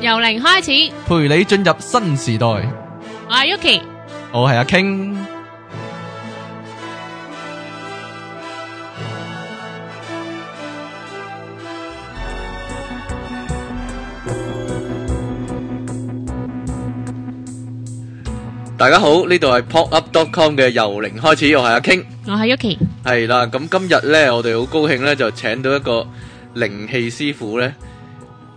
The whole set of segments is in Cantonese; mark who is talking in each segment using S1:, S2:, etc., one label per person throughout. S1: 由零開始，
S2: 陪你進入新時代。
S1: 我係 Yuki，
S2: 我係阿 King。大家好，呢度係 popup.com 嘅由零開始，我係阿 King。
S1: 我係 Yuki，
S2: 係啦，咁今日咧，我哋好高興咧，就請到一個靈氣師傅咧。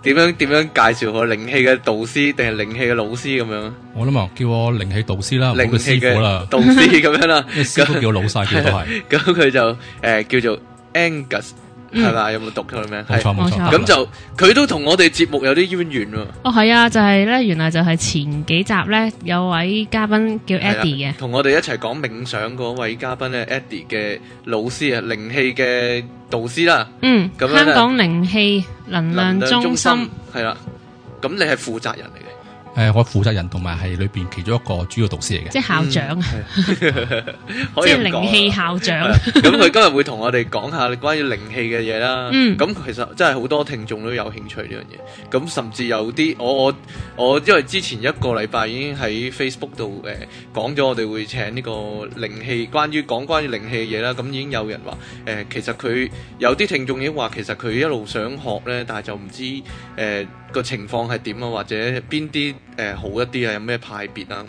S2: 點樣點樣介紹我靈氣嘅導師定係靈氣嘅老師咁樣？
S3: 我諗啊，叫我靈氣導師啦，唔好叫
S2: 靈氣
S3: 師傅
S2: 嘅
S3: 啦，
S2: 導師咁樣啦。
S3: 因為師傅叫老晒，叫都係，
S2: 咁佢就誒叫做 Angus
S1: 嗯
S2: 係咪？有冇讀佢名？
S3: 冇
S2: 係
S3: 錯冇
S1: 冇錯
S3: 錯。
S2: 咁就佢都同我哋節目有啲淵源喎。
S1: 哦係啊，就係咧，原來就係前幾集咧有位嘉賓叫
S2: 啊
S1: Eddie 嘅，
S2: 同我哋一齊講冥想嗰位嘉賓咧，Eddie 嘅老師啊，靈氣嘅導師啦，
S1: 嗯，
S2: 咁樣
S1: 香
S2: 呢
S1: 港靈氣能量
S2: 能
S1: 中心，
S2: 係啦。咁你係負責人嚟嘅。
S3: 誒，我負責人同埋係裏邊其中一個主要導師嚟嘅。
S1: 即係校長，
S2: 嗯 可
S1: 即
S2: 以
S1: 係
S2: 咁講啊
S1: 靈氣校長，
S2: 咁佢今日會同我哋講下關於靈氣嘅嘢啦。
S1: 嗯
S2: 咁其實真係好多聽眾都有興趣呢樣嘢。咁甚至有啲我我我因為之前一個禮拜已經喺 Facebook 度誒講咗，我哋會請呢個靈氣關於講關於靈氣嘅嘢啦。咁已經有人話誒、呃其實佢有啲聽眾已經話，其實佢一路想學呢，但係就唔知誒個、情況係點啊，或者邊啲誒好一啲啊，有咩派別啊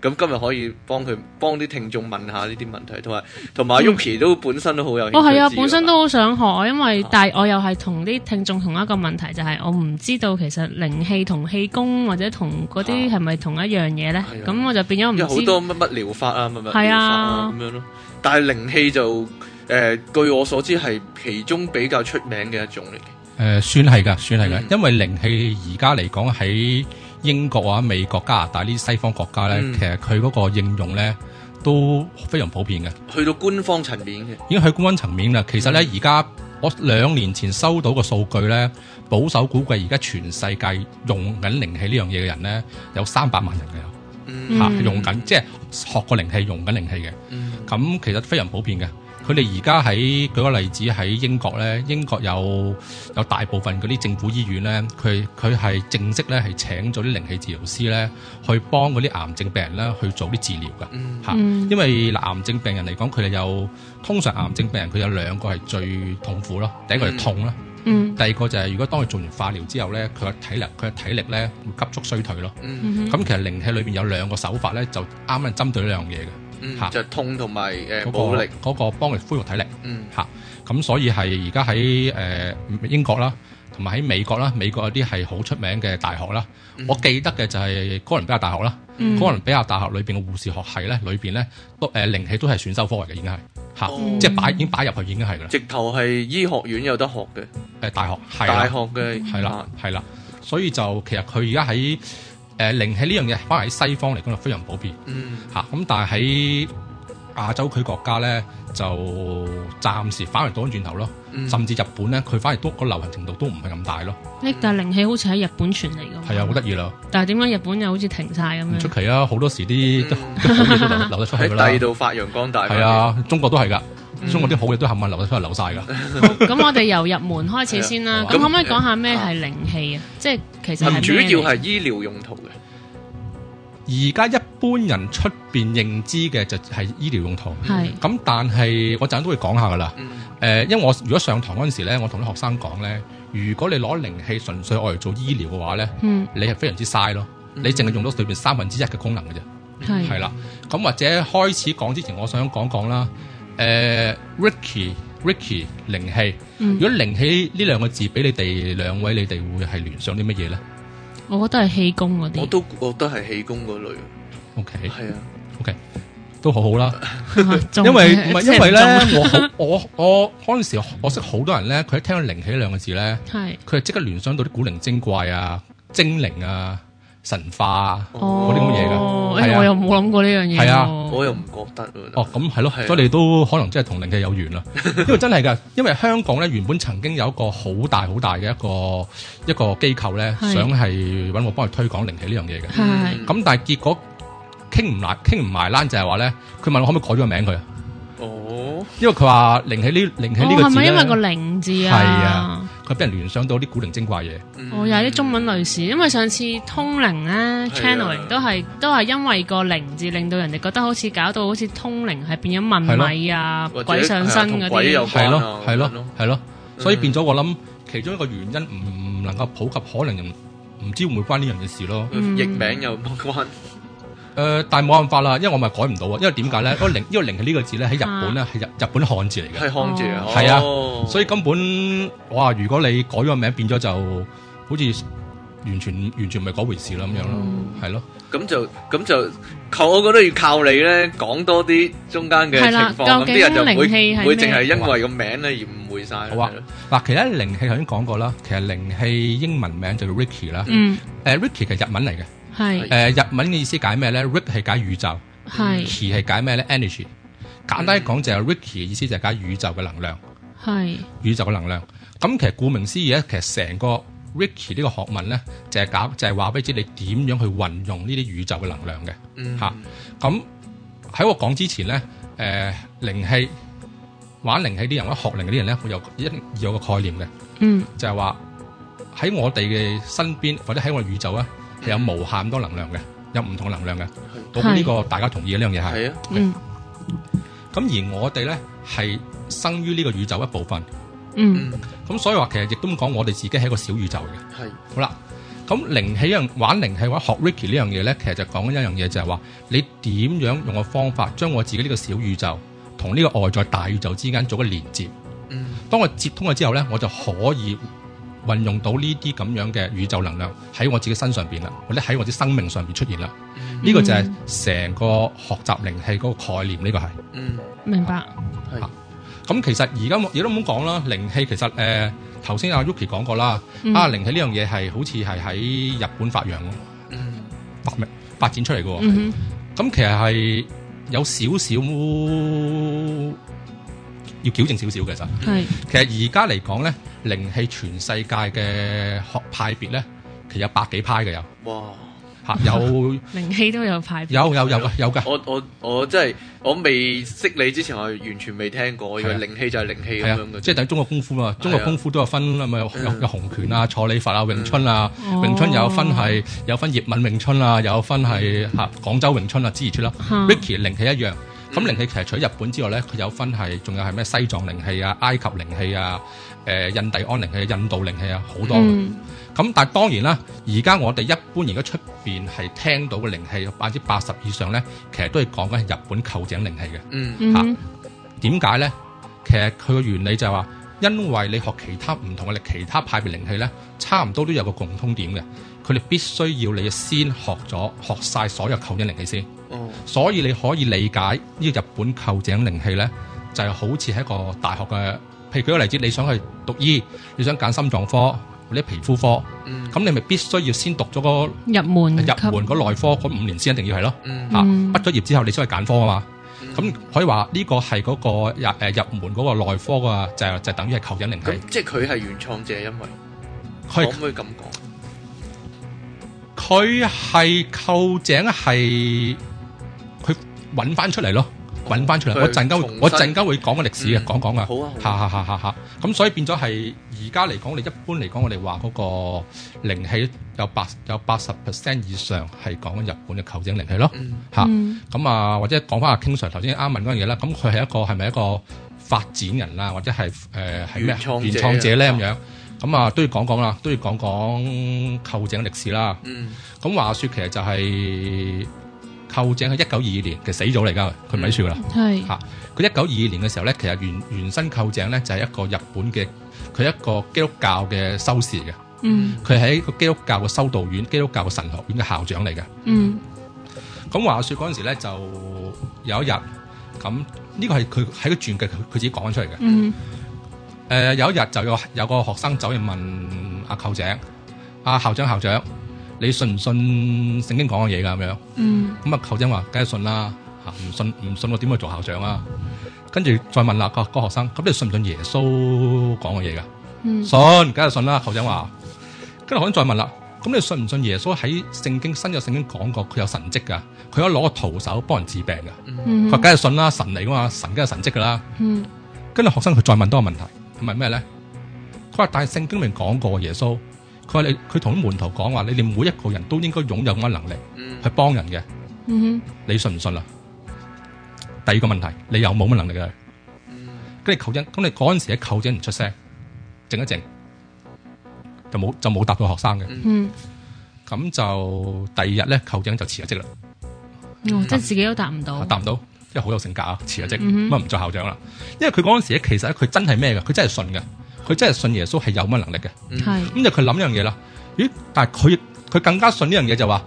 S2: 咁樣。咁今日可以幫佢幫啲聽眾問下呢啲問題，同埋同埋 Yuki 都本身都好有興趣知㗎
S1: 哦
S2: 嘛。
S1: 係啊，本身都好想學，因為
S2: 啊
S1: 但係我又係同啲聽眾同一個問題，就係我唔知道其實靈氣同氣功或者同嗰啲係咪同一樣嘢咧
S2: 係啊，
S1: 咁我就變咗唔
S2: 有好
S1: 知。
S2: 多乜乜療法啊，乜乜療
S1: 係
S2: 法
S1: 啊
S2: 啊咁樣咯。但係靈氣就誒、呃，據我所知係其中比較出名嘅一種嚟嘅。
S3: 誒，算係㗎，算係
S2: 嗯
S3: 㗎，因為靈氣而家嚟講喺英國啊、美國、加拿大呢啲西方國家咧，
S2: 嗯
S3: 其實佢嗰個應用咧都非常普遍嘅，
S2: 去到官方層面嘅，
S3: 已經喺官溫層面啦。其實
S2: 嗯
S3: 咧，而家我兩年前收到個數據咧，保守估計而家全世界用緊靈氣呢樣嘢嘅人咧，有三百萬人嘅有。
S2: 嗯
S3: 嚇、
S1: 嗯
S3: 用緊，即係學過靈氣，用緊靈氣嘅。
S2: 嗯
S3: 咁其實非常普遍嘅。佢哋而家喺舉個例子喺英國咧，英國有有大部分嗰啲政府醫院咧，佢佢係正式咧係請咗啲靈氣治療師咧，去幫嗰啲癌症病人咧去做啲治療嘅。
S2: 嗯
S3: 嚇、
S1: 嗯
S3: 因為嗱癌症病人嚟講，佢哋有通常癌症病人佢有兩個係最痛苦咯，第一個
S2: 嗯
S3: 係痛啦，
S1: 嗯
S3: 第二個就係如果當佢做完化療之後咧，佢嘅體力佢嘅體力咧會急速衰退咯。
S2: 嗯
S1: 嗯哼
S3: 咁其實靈氣裏邊有兩個手法咧，就啱啱針對呢樣嘢嘅，
S2: 嗯，
S3: 嚇
S2: 就痛同埋誒
S3: 嗰、
S2: 暴
S3: 個
S2: 力
S3: 嗰、，個幫佢恢復體力
S2: 嗯
S3: 嚇。咁、所以係而家喺誒英國啦，同埋喺美國啦，美國有啲係好出名嘅大學啦。
S2: 嗯
S3: 我記得嘅就係哥倫比亞大學啦，
S1: 嗯
S3: 哥倫比亞大學裏邊嘅護士學系咧，裏邊咧都誒靈氣都係選修科嚟嘅，已經係嚇，
S2: 哦
S3: 即係擺已經擺入去已經係㗎啦。
S2: 直頭係醫學院有得學嘅，
S3: 誒大學係啦
S2: 大學嘅
S3: 係啦
S2: 啊，
S3: 係啦，所以就其實佢而家喺誒靈氣呢樣嘢，反而喺西方嚟講就非常普遍。
S2: 嗯
S3: 嚇咁，但係喺亞洲區國家咧，就暫時反而倒轉頭咯。
S2: 嗯
S3: 甚至日本咧，佢反而都個流行程度都唔係咁大咯。
S1: 呢但係靈氣好似喺日本傳嚟
S2: 嗯
S1: 㗎。
S3: 係啊，好得意啦，
S1: 但係點解日本又好似停晒咁
S3: 唔出
S1: 樣？
S3: 奇啊！好多時啲都
S2: 嗯
S3: 好嘢都流流得出去
S2: 喺
S3: 㗎
S2: 第二
S3: 啦。
S2: 度發揚光大，
S3: 係，啊，中國都係㗎，中
S2: 嗯
S3: 國啲好嘢都冚唪唥流得出去，流晒㗎。
S1: 咁我哋由入門開始先啦。
S3: 係啊
S1: 咁
S3: 咁
S1: 可唔可以講下咩係靈氣啊？即係其實
S2: 係
S1: 係
S2: 主要
S1: 係
S2: 係醫療用途嘅，
S3: 而家一般人出邊認知嘅就係醫療用途。
S1: 係
S3: 咁但係我陣間都會講下㗎啦。
S2: 嗯
S3: 誒、因為我如果上堂嗰陣時咧，我同啲學生講咧，如果你攞靈氣純粹我嚟做醫療嘅話咧，
S1: 嗯
S3: 你係非常之嘥咯。
S2: 嗯
S3: 你淨係用到裏邊三分之一嘅功能嘅啫，係
S1: 係
S3: 啦。咁或者開始講之前，我想講講啦。誒、r i c k y Ricky 靈氣，
S1: 嗯
S3: 如果靈氣呢兩個字俾你哋兩位，你哋會係聯想啲乜嘢咧
S1: 我覺得係氣功嗰
S2: 我
S1: 啲，
S2: 都覺得係氣功嗰類，
S3: ？OK
S2: 係啊，
S3: OK，都好好啦。
S1: 中
S3: 因為唔
S1: 即
S3: 係
S1: 係
S3: 因為咧
S1: 中，
S3: 我好我我嗰陣時我識好多人咧，佢一聽到靈氣呢兩個字咧，
S1: 係
S3: 佢係即刻聯想到啲古靈精怪啊、精靈啊、神化啊。
S1: 哦
S3: 嗰啲咁嘢㗎
S1: 誒
S3: 係啊
S1: 哦我又冇諗過呢樣嘢喎。
S3: 係啊
S2: 哦我又唔覺得喎
S3: 哦，咁係咯
S2: 係啊，
S3: 所以你都可能真係同靈氣有 緣啦。因為真係㗎，因為香港咧原本曾經有一個好大好大嘅一個一個機構咧，
S1: 係
S3: 想係揾我幫佢推廣靈氣呢樣嘢嘅。
S1: 係
S3: 嗯咁但係結果傾唔埋傾唔埋欄就係話咧，佢問我可唔可以改咗個名佢啊？
S2: 哦，
S3: 因為佢話靈氣呢靈氣
S1: 哦
S3: 呢個
S1: 係
S3: 字
S1: 咪
S3: 咧
S1: 因為個靈字
S3: 係
S1: 啊
S3: 啊？佢俾人聯想到啲古靈精怪嘢。
S2: 嗯
S1: 我有啲中文類似，因為上次通靈
S2: 啊
S1: 咧，channeling 都係都係因為個靈字令到人哋覺得好似搞到好似通靈係變咗問米啊、
S2: 或者
S1: 鬼上身
S2: 係啊
S1: 嗰
S2: 同鬼有
S1: 啲，
S3: 係
S2: 關
S3: 咯
S2: 啊，
S3: 係
S2: 咁樣
S3: 咯
S2: 咯，
S3: 係咯，所以
S2: 嗯
S3: 變咗我諗其中一個原因唔能夠普及，可能唔唔知會唔會關呢樣嘢事咯。
S1: 嗯
S2: 譯名有冇
S3: 啊
S2: 關？
S3: 誒、呃但係冇辦法啦，因為我咪改唔到啊。因為點解 咧？因為靈，因為靈氣呢個字咧喺日本
S1: 啊
S3: 咧係日日本漢字嚟嘅，
S2: 係漢字啊，
S3: 係啊
S2: 啊
S3: 所以根本哇！如果你改咗個名，變咗就好似完全完全唔係嗰回事啦咁樣咯，
S1: 嗯
S3: 係咯。
S2: 咁就咁就靠，我覺得要靠你咧，講多啲中間嘅
S1: 係
S2: 情
S1: 啦
S2: 況，咁啲人就
S1: 究竟
S2: 唔
S1: 靈氣係咩
S2: 會唔會淨係因為個名咧而誤會晒。
S3: 好啊嗱，其實咧靈氣頭先講過啦，其實靈氣英文名就叫 Ricky 啦。誒、
S1: 嗯，
S3: Ricky 其實日文嚟嘅，誒、呃
S1: 係
S3: 日文嘅意思解咩咧？Rick 係解宇宙
S1: 係
S3: ，Ki 係解咩咧？Energy。簡單講就係 Ricky 嘅意思就係解宇宙嘅能量。
S1: 係
S3: 宇宙嘅能量。咁其實顧名思義咧，其實成個 Ricky 呢個學問咧，就係、搞就係話俾你知你點樣去運用呢啲宇宙嘅能量嘅。
S2: 嗯
S3: 嚇咁喺我講之前咧，誒、靈氣玩靈氣啲人或者學靈氣啲人咧，會有一定有個概念嘅，
S1: 嗯
S3: 就係話喺我哋嘅身邊或者喺我哋宇宙啊，係有無限多能量嘅，有唔同能量嘅。我估呢個大家同意嘅呢樣嘢係。
S2: 係啊，
S1: 嗯
S3: 咁而我哋咧係生於呢個宇宙一部分，
S1: 嗯
S2: 嗯
S3: 咁所以話其實亦都咁講，我哋自己係一個小宇宙嘅。
S2: 係
S3: 好啦，咁靈氣一樣玩靈氣或者學 Ricky 呢樣嘢咧，其實就講緊一樣嘢，就係話你點樣用個方法將我自己呢個小宇宙同呢個外在大宇宙之間做個連接。
S2: 嗯
S3: 當我接通咗之後咧，我就可以運用到呢啲咁樣嘅宇宙能量喺我自己身上邊啦，或者喺我自己生命上邊出現啦。呢、個就係成個學習靈氣嗰個概念，呢、個係。
S2: 嗯
S1: 明白
S2: 係
S3: 咁其實而家我亦都咁講啦，靈氣其實誒頭先阿 Yuki 講過啦，
S1: 嗯
S3: 啊靈氣呢樣嘢係好似係喺日本發揚
S2: 嗯
S3: 發明哦發展出嚟嘅喎。咁、
S1: 嗯
S3: 其實係有少少要矯正少少嘅，其實
S1: 哼係
S3: 其實而家嚟講咧，靈氣全世界嘅學派別咧，其實有百幾派嘅有
S2: 哇！
S3: 嚇，有
S1: 靈氣都有派別
S3: 有有有嘅有嘅。
S2: 我我我真係我未識你之前，我係完全未聽過，我以為靈氣就係靈氣
S3: 係
S2: 咁
S3: 啊
S2: 樣嘅，，啊
S3: 即係等於中國功夫嘛，中國功夫都有分咁啊，有有
S2: 嗯
S3: 有洪拳啊、蔡李佛啊、詠春啊，
S1: 嗯
S3: 詠春有分係有分葉問詠春啊，有分係嚇廣州詠春啊之如出啦。
S1: 嗯
S3: Ricky 靈氣一樣，咁
S2: 嗯
S3: 靈氣其實除咗日本之外咧，佢有分係仲有係咩西藏靈氣啊、埃及靈氣啊、誒印第安靈氣、印度靈氣啊，好多嘅。
S1: 嗯
S3: 咁但係當然啦，而家我哋一般而家出邊係聽到嘅靈氣百分之八十以上咧，其實都係講緊係日本臼井靈氣嘅。
S2: 嗯
S1: 嗯哼
S3: 點解咧？其實佢個原理就係話，因為你學其他唔同嘅其他派別靈氣咧，差唔多都有個共通點嘅。佢哋必須要你先學咗學晒所有臼井靈氣先，
S2: 哦
S3: 所以你可以理解呢個日本臼井靈氣咧，就係、好似係一個大學嘅。譬如舉個例子，你想去讀醫，你想揀心臟科或者皮膚科，
S2: 嗯
S3: 咁你咪必須要先讀咗個
S1: 入門
S3: 入
S1: 級
S3: 門嗰內科嗰五年先一定要係咯。
S2: 嗯
S3: 嚇、
S1: 嗯
S3: 畢咗業之後你先去揀科啊嘛。
S2: 嗯
S3: 咁可以話呢個係嗰個入誒入門嗰個內科嘅就係就等於係求引靈氣，
S2: 咁即係佢係原創者，因為可
S3: 佢
S2: 唔可以咁講？
S3: 佢係扣井係佢揾翻出嚟咯，揾翻出嚟。
S2: 佢
S3: 我陣間會
S2: 重新
S3: 我陣間會講個歷史嘅，
S2: 嗯
S3: 講講啊，
S2: 好啊好
S3: 嚇嚇嚇嚇嚇。咁所以變咗係而家嚟講，我哋一般嚟講，我哋話嗰個靈氣有八有八十 percent 以上係講緊日本嘅求井靈氣咯
S2: 嗯，
S3: 嚇。
S1: 嗯
S3: 咁啊，或者講翻阿 King Sir 頭先啱問嗰樣嘢啦，咁佢係一個係咪一個發展人啊啦，或者係誒係咩
S2: 原創
S3: 啊
S2: 者啊
S3: 原創者咧咁樣？咁啊都要講講啦，都要講講臼井嘅歷史啦。
S2: 嗯
S3: 咁話說其實就係臼井喺一九二二年，其實死咗嚟㗎，佢唔喺樹㗎啦。
S2: 嗯
S1: 係
S3: 嚇佢一九二二年嘅時候咧，其實原原生臼井咧就係一個日本嘅佢一個基督教嘅修士嘅，
S1: 嗯
S3: 佢係一個基督教嘅修道院、基督教嘅神學院嘅校長嚟嘅。
S1: 嗯
S3: 咁話說嗰陣時咧，就有一日咁呢個係佢喺個傳記，佢佢自己講翻出嚟嘅。誒、
S1: 嗯
S3: 有一日就有有個學生走去問阿校長：阿、校長校長，你信唔信聖經講嘅嘢㗎？咁樣
S1: 嗯
S3: 咁啊，校長話：梗係信啦，嚇唔信唔信我點去做校長啊？跟住再問啦個個學生：咁你信唔信耶穌講嘅嘢㗎？
S1: 嗯
S3: 信，梗係信啦。校長話，跟住學生再問啦，咁你信唔信耶穌喺聖經新約聖經講過佢有神蹟噶？佢有攞個徒手幫人治病噶？佢話
S1: 嗯
S3: 梗係信啦，神嚟噶嘛，神梗係神蹟噶啦。
S1: 嗯
S3: 跟住學生佢再問多個問題，佢問咩咧？佢話但係聖經裏面講過耶穌，佢話你佢同啲門徒講話，你哋每一個人都應該擁有咁嘅能力
S2: 嗯
S3: 去幫人嘅，
S1: 嗯
S3: 你信唔信啊？第二個問題，你有冇咁嘅能力啊？
S2: 嗯
S3: 跟住求恩，咁你嗰陣時喺求恩唔出聲，靜一靜，就冇就冇答到學生嘅。
S1: 哼，
S3: 咁就第二日咧，求恩就辭咗職啦。
S1: 嗯，哦，即係自己都答唔到，
S3: 啊答唔到，因為好有性格啊，辭咗職，
S1: 嗯哼
S3: 咁啊唔做校長啦。因為佢嗰陣時咧，其實咧佢真係咩嘅，佢真係信嘅，佢真係信耶穌係有乜能力嘅。
S2: 嗯
S1: 係，
S3: 咁就佢諗一樣嘢啦，咦？但係佢佢更加信呢樣嘢就話，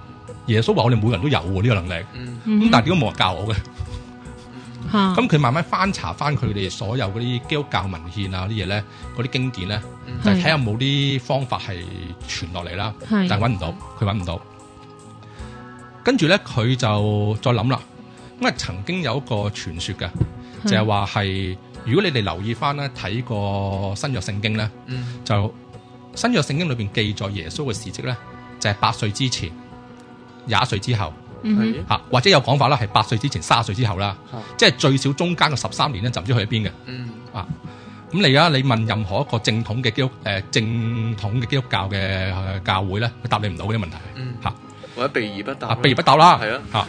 S3: 耶穌話我哋每個人都有喎呢個能力。
S2: 嗯
S3: 咁
S1: 咁
S3: 但係點解冇人教我
S1: 啊
S3: 嘅？
S1: 嚇，
S3: 咁佢慢慢翻查翻佢哋所有嗰啲基督教文獻啊嗰啲嘢咧，嗰啲經典咧，
S2: 嗯
S3: 就係睇下有冇啲方法係傳落嚟啦。
S1: 係
S3: 但係揾唔到，佢揾唔到。跟住咧，佢就再諗啦。咁啊，曾經有一個傳說嘅，就係話係如果你哋留意翻咧，睇過新約聖經咧，
S2: 嗯
S3: 就新約聖經裏邊記載耶穌嘅事蹟咧，就係八歲之前、廿歲之後
S1: 嗯哼
S2: 係
S3: 嚇，或者有講法啦，係八歲之前、卅歲之後啦
S2: 嚇，
S3: 即係最少中間嘅十三年咧，就唔知去咗邊嘅。
S2: 嗯
S3: 咁你而家你問任何一個正統嘅基督誒、呃正統嘅基督教嘅、呃教會咧，佢答你唔到嘅問題。
S2: 嗯
S3: 嚇
S2: 或者避而不答
S3: 啊，避而不答啦，
S2: 係啊
S3: 嚇。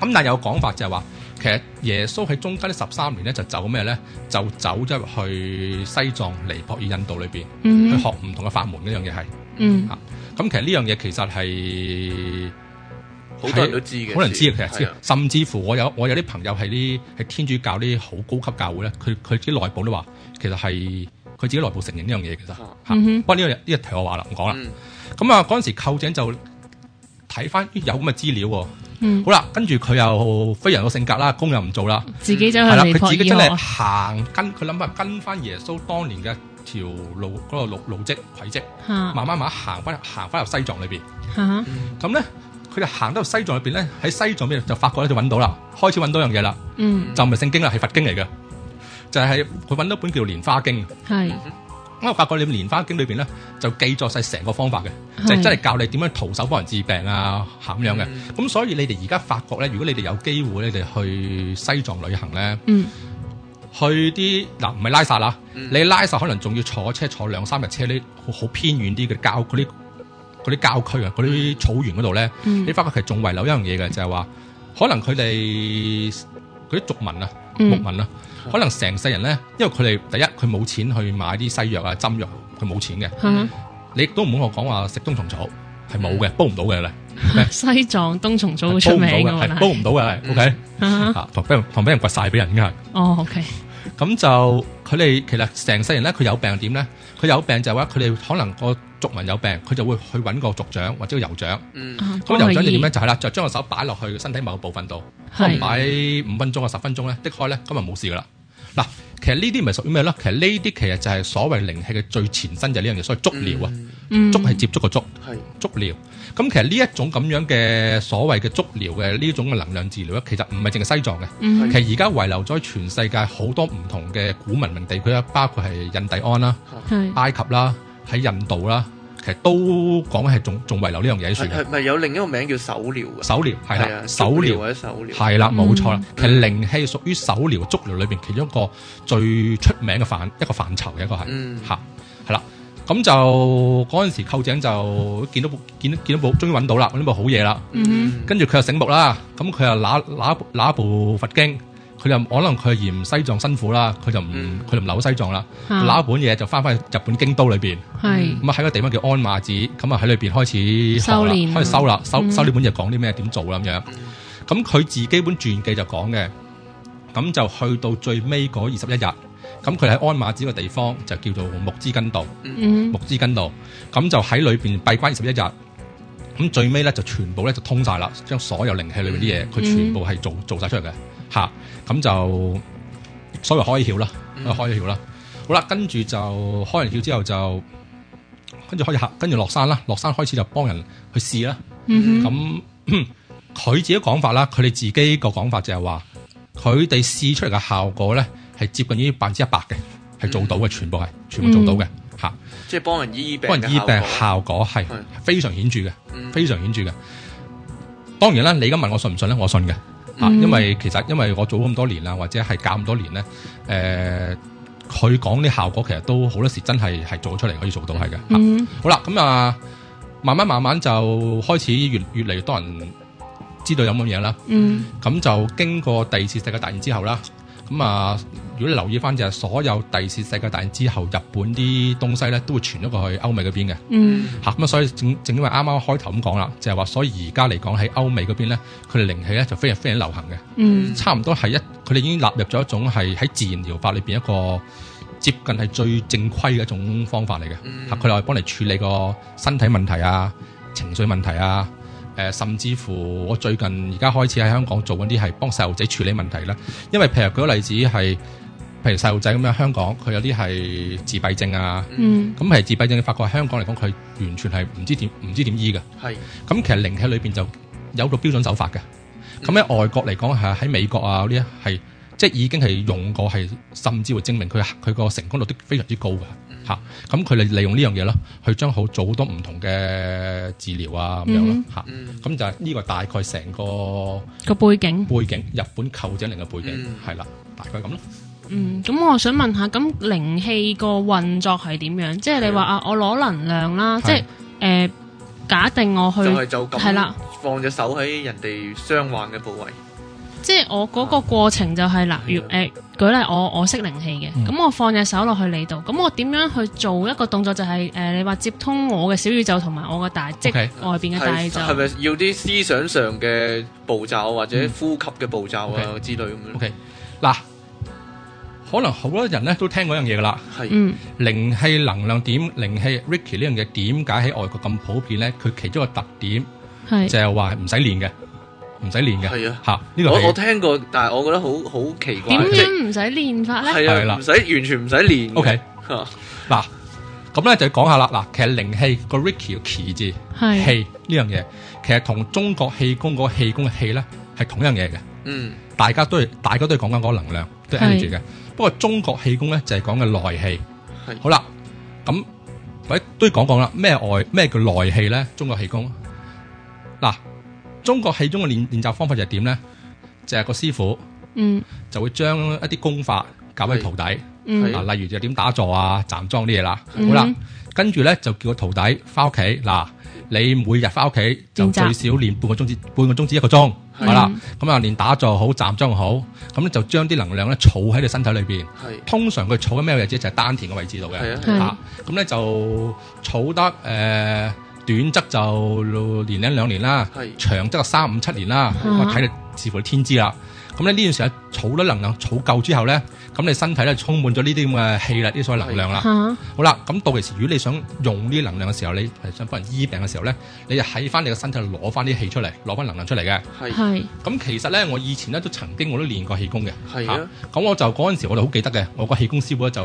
S3: 咁但係有講法就係話，其實耶穌喺中間呢十三年咧，就走咩咧？就走咗入去西藏、尼泊爾、印度裏邊去
S1: 嗯哼
S3: 學唔同嘅法門嗰樣嘢係。啊
S1: 嗯
S3: 咁其實呢樣嘢其實係
S2: 好多人都知嘅，
S3: 好多人知嘅，其實
S2: 係啊
S3: 知甚至乎我有我有啲朋友係啲係天主教啲好高級教會咧，佢佢自己內部都話，其實係佢自己內部承認呢樣嘢其實
S2: 啊
S3: 嚇。
S1: 嗯哼
S3: 不過呢樣嘢呢個題我話啦，唔講啦。
S2: 嗯
S3: 咁啊嗰陣時寇井就睇翻咦有咁嘅資料喎。
S1: 嗯，
S3: 好啦，跟住佢又非常有性格啦，工又唔做啦，
S1: 自己走
S3: 係啦，
S1: 去尼
S3: 佢
S1: 泊
S3: 自己真係
S1: 爾學，
S3: 行跟佢諗法跟翻耶穌當年嘅條路嗰個路路跡軌跡，
S1: 嚇
S3: 慢慢慢慢行翻行翻入西藏裏邊。
S1: 嚇
S2: 嗯
S3: 咁咧，佢就行到西藏裏邊咧，喺西藏邊就發覺咧就揾到啦，開始揾到樣嘢啦，
S1: 嗯
S3: 就唔係聖經啦，係佛經嚟嘅，就係佢揾到本叫《蓮花經》。
S1: 係
S3: 咁我發覺你《蓮花經》裏邊咧就記載晒成個方法嘅，就係真係教你點樣徒手幫人治病啊，咁樣嘅。
S2: 嗯
S3: 咁所以你哋而家發覺咧，如果你哋有機會咧，你哋去西藏旅行咧，
S1: 嗯
S3: 去啲嗱唔係拉薩啦，
S2: 嗯
S3: 你拉薩可能仲要坐車坐兩三日車呢，好好偏遠啲嘅郊嗰啲嗰啲郊區啊，嗰啲草原嗰度咧，
S1: 嗯
S3: 你發覺其實仲遺留一樣嘢嘅，就係話可能佢哋嗰啲族民啊、
S1: 嗯
S3: 牧民啊，可能成世人咧，因為佢哋第一佢冇錢去買啲西藥啊、針藥，佢冇錢嘅，
S1: 嚇
S3: 你亦都唔好同我講話食冬蟲草係冇嘅，煲唔到嘅咧。
S1: 西藏冬蟲草好
S3: 係煲
S1: 出
S3: 唔
S1: 名嗯
S3: 到
S1: 嘅喎
S3: 嘅，係煲唔到嘅係，OK，
S1: 嚇
S3: 啊，同俾人同俾人掘晒俾人嘅係，
S1: 哦，OK，
S3: 咁就佢哋其實成世人咧，佢有病點咧？佢有病就係話佢哋可能個族民有病，佢就會去揾個族長或者個酋長。
S2: 嗯
S1: 啊
S3: 咁
S1: 幫
S3: 酋
S1: 你
S3: 長就點咧？
S1: 醫
S3: 就係啦，就將個手擺落去身體某個部分度，可能
S1: 係
S3: 擺五分鐘啊十分鐘咧，的開咧，咁就冇事噶啦。嗱，其實呢啲咪屬於咩咧？其實呢啲其實就係所謂靈氣嘅最前身就係呢樣嘢，所謂足療啊，
S1: 嗯
S3: 足係接觸個足。
S2: 係
S3: 足療。咁其實呢一種咁樣嘅所謂嘅足療嘅呢種嘅能量治療咧，其實唔係淨係西藏嘅，
S1: 嗯
S3: 其實而家遺留咗喺全世界好多唔同嘅古文明地區啦，包括係印第安啦、
S2: 嗯
S1: 係
S3: 埃及啦、喺印度啦，其實都講係仲仲遺留呢樣
S2: 係
S3: 嘢喺處嘅。
S2: 係咪有另一個名叫手療嘅？
S3: 手療啊係
S2: 係啊
S3: 啦，手
S2: 足
S3: 療
S2: 或者手療
S3: 係啦，冇錯啦
S1: 嗯。
S3: 其實靈氣屬於手療、足療裏邊其中一個最出名嘅範一個範疇嘅一個係。
S2: 嗯
S3: 吓係啦。咁就嗰陣時，寇井就見到部見到見到部，終於揾到啦，揾到部好嘢啦。
S1: 嗯
S3: 跟住佢又醒目啦，咁佢又拿拿拿部佛經，佢就可能佢嫌西藏辛苦啦，佢就唔
S2: 嗯
S3: 佢就唔留西藏啦，
S1: 哼
S3: 拿一本嘢就翻返去日本京都裏邊，
S1: 係
S3: 咁啊喺個地方叫鞍馬寺，咁啊喺裏邊開始學啦
S1: 修煉
S3: 開始收啦，收
S1: 嗯
S3: 收呢本嘢講啲咩點做啦咁樣，咁佢自己本傳記就講嘅，咁就去到最尾嗰二十一日，咁佢喺鞍馬寺個地方就叫做木之根道。
S1: 嗯
S3: 木之根道，咁就喺裏邊閉關二十一日，咁最尾咧就全部咧就通晒啦，將所有靈氣裏邊啲嘢，
S1: 嗯
S3: 佢全部係做做晒出嚟嘅，吓、咁就所謂開竅啦，啊
S2: 嗯
S3: 開咗竅啦，好啦，跟住就開完竅之後就跟住開始行，跟住落山啦，落山開始就幫人去試啦，
S1: 嗯
S3: 咁 佢自己講法啦，佢哋自己個講法就係話，佢哋試出嚟嘅效果咧係接近於百分之一百嘅，係做
S1: 嗯
S3: 到嘅，全部係全部做到嘅，吓、
S2: 即係幫人醫病
S3: 幫
S2: 嘅
S3: 人醫
S2: 效
S3: 病
S2: 果
S3: 效果
S2: 係
S3: 係非常顯著嘅，
S2: 嗯
S3: 非常顯著嘅。當然啦，你而家問我信唔信咧，我信嘅啊嚇，
S1: 嗯
S3: 因為其實因為我做咗咁多年啦，或者係教咁多年咧，誒、佢講啲效果其實都好多時真係係做出嚟可以做到係嘅。嚇
S1: 嗯
S3: 好啦，咁啊，慢慢慢慢就開始越越嚟越多人知道有咁嘢啦。
S1: 嗯
S3: 咁就經過第二次世界大戰之後啦，咁啊，如果你留意翻就係所有第二次世界大戰之後，日本啲東西咧都會傳咗過去歐美嗰邊嘅
S1: 嗯
S3: 嚇。咁啊，所以正正因為啱啱開頭咁講啦，就係、話，所以而家嚟講喺歐美嗰邊咧，佢哋靈氣咧就非常非常流行嘅，
S1: 嗯
S3: 差唔多係一佢哋已經納入咗一種係喺自然療法裏邊一個接近係最正規嘅一種方法嚟嘅。
S2: 嗯
S3: 嚇佢哋係幫你處理個身體問題啊、情緒問題啊，誒、甚至乎我最近而家開始喺香港做緊啲係幫細路仔處理問題啦。因為譬如舉個例子係，譬如細路仔咁樣，香港佢有啲係自閉症啊，
S1: 嗯
S3: 咁係自閉症，你發覺香港嚟講佢完全係唔知點唔知點醫嘅。
S2: 係
S3: 咁其實靈氣裏邊就有個標準手法嘅。咁喺外國嚟講係喺美國啊嗰啲係即係已經係用過係，甚至會證明佢佢個成功率都非常之高嘅嚇。咁佢哋利用呢樣嘢咯，去將好做好多唔同嘅治療啊咁樣咯
S1: 嗯
S3: 嚇。
S2: 嗯
S3: 咁就係呢個大概成個
S1: 個背景
S3: 背景，日本臼井靈嘅背景
S2: 嗯
S3: 係啦，大概咁咯。
S1: 嗯，咁我想問下，咁靈氣個運作係點樣？即係你話啊，我攞能量啦，
S3: 係
S1: 即係誒，假定我去
S2: 就係就咁
S1: 係啦，
S2: 放隻手喺人哋傷患嘅部位，
S1: 即係我嗰個過程就係、嗱，如誒、舉例我我識靈氣嘅，
S3: 嗯
S1: 咁、我放隻手落去你度，咁我點樣去做一個動作就係、誒、你話接通我嘅小宇宙同埋我嘅大，即係
S3: OK
S1: 外邊嘅大宇
S2: 係
S1: 宙。
S2: 係咪要啲思想上嘅步驟或者
S1: 嗯
S2: 呼吸嘅步驟啊
S3: OK
S2: 之類咁樣？
S3: OK 嗱，可能好多人咧都聽過一樣嘢噶啦。
S2: 係
S1: 嗯
S3: 靈氣能量點、靈氣 Ricky 呢樣嘢點解喺外國咁普遍咧？佢其中一個特點
S1: 係
S3: 就係話唔使練嘅，唔使練嘅
S2: 係啊！
S3: 嚇。呢個
S2: 我我
S3: 係
S2: 聽過，但係我覺得好好奇怪
S1: 點，
S2: 即係
S1: 樣唔使練法咧？
S2: 係
S3: 係
S2: 啊，
S3: 啦
S2: 唔使完全唔使練嘅。
S3: OK
S2: 嚇
S3: 嗱。咁咧就講下啦。嗱，其實靈氣個 Ricky 嘅氣字
S1: 係
S3: 氣呢樣嘢，其實同中國氣功嗰個氣功嘅氣咧係同一樣嘢嘅。
S2: 嗯
S3: 大家都係大家都係講緊嗰個能量，都係
S1: 係
S3: energy 嘅。不過中國氣功咧就係講嘅內氣
S2: 係。
S3: 好啦，咁或者都要講講啦，咩外咩叫內氣咧？中國氣功嗱，中國氣功嘅練練習方法就係點咧？就係、個師傅
S1: 嗯
S3: 就會將一啲功法教俾
S2: 係
S3: 徒弟，
S1: 嗯
S2: 係
S3: 嗱，例如就點打坐啊、站樁啲嘢啦。
S1: 嗯
S3: 好啦，跟住咧就叫個徒弟翻屋企嗱，你每日翻屋企就
S1: 練習嗯
S3: 最少練半個鐘至半個鐘至一個鐘，
S2: 係
S3: 係啦。咁啊，練打坐好、站樁好，咁咧就將啲能量咧儲喺你身體裏邊。
S2: 係
S3: 通常佢儲喺咩位置？就係、丹田嘅位置度嘅。
S2: 係啊
S1: 係
S3: 嚇咁咧就儲得誒、呃短則就年零兩年啦，
S2: 係
S3: 長則就三五七年啦。咁啊
S1: 啊
S3: 睇你視乎你天資啦。咁咧呢段時間儲咗能量儲夠之後咧，咁你身體咧充滿咗呢啲咁嘅氣啦，呢啲所謂能量啦。
S1: 嚇
S3: 好啦，咁到其時，如果你想用呢啲能量嘅時候，你係想幫人醫病嘅時候咧，你就喺翻你嘅身體度攞翻啲氣出嚟，攞翻能量出嚟嘅。
S2: 係
S1: 係
S3: 咁其實咧，我以前咧都曾經我都練過氣功嘅。
S2: 係
S3: 嚇
S2: 啊，
S3: 咁我就嗰陣時我就好記得嘅，我個氣功師傅咧就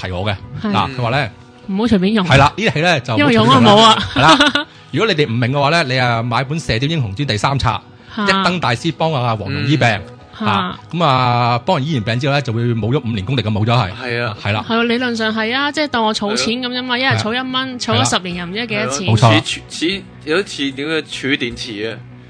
S3: 提我嘅。
S1: 係
S3: 嗱，佢話咧
S1: 唔好隨便用，
S3: 係啦，呢啲氣咧就
S1: 因為
S3: 為
S1: 用我冇啊。
S3: 係啦，如果你哋唔明嘅話咧，你啊買本《射雕英雄傳》第三冊，
S1: 嚇
S3: 一燈大師幫阿黃蓉醫病嚇
S1: 嚇。
S3: 咁啊幫人醫完病之後咧，就會冇咗五年功力嘅，冇咗係
S2: 係啊，
S3: 係啦，
S1: 係喎，理論上係啊，即係當我儲錢咁啫嘛，一日儲一蚊，儲
S3: 係啊
S1: 咗十年又唔知幾多
S3: 冇
S1: 錢
S3: 錯。啦
S2: 啊似似有啲似點嘅儲電池啊，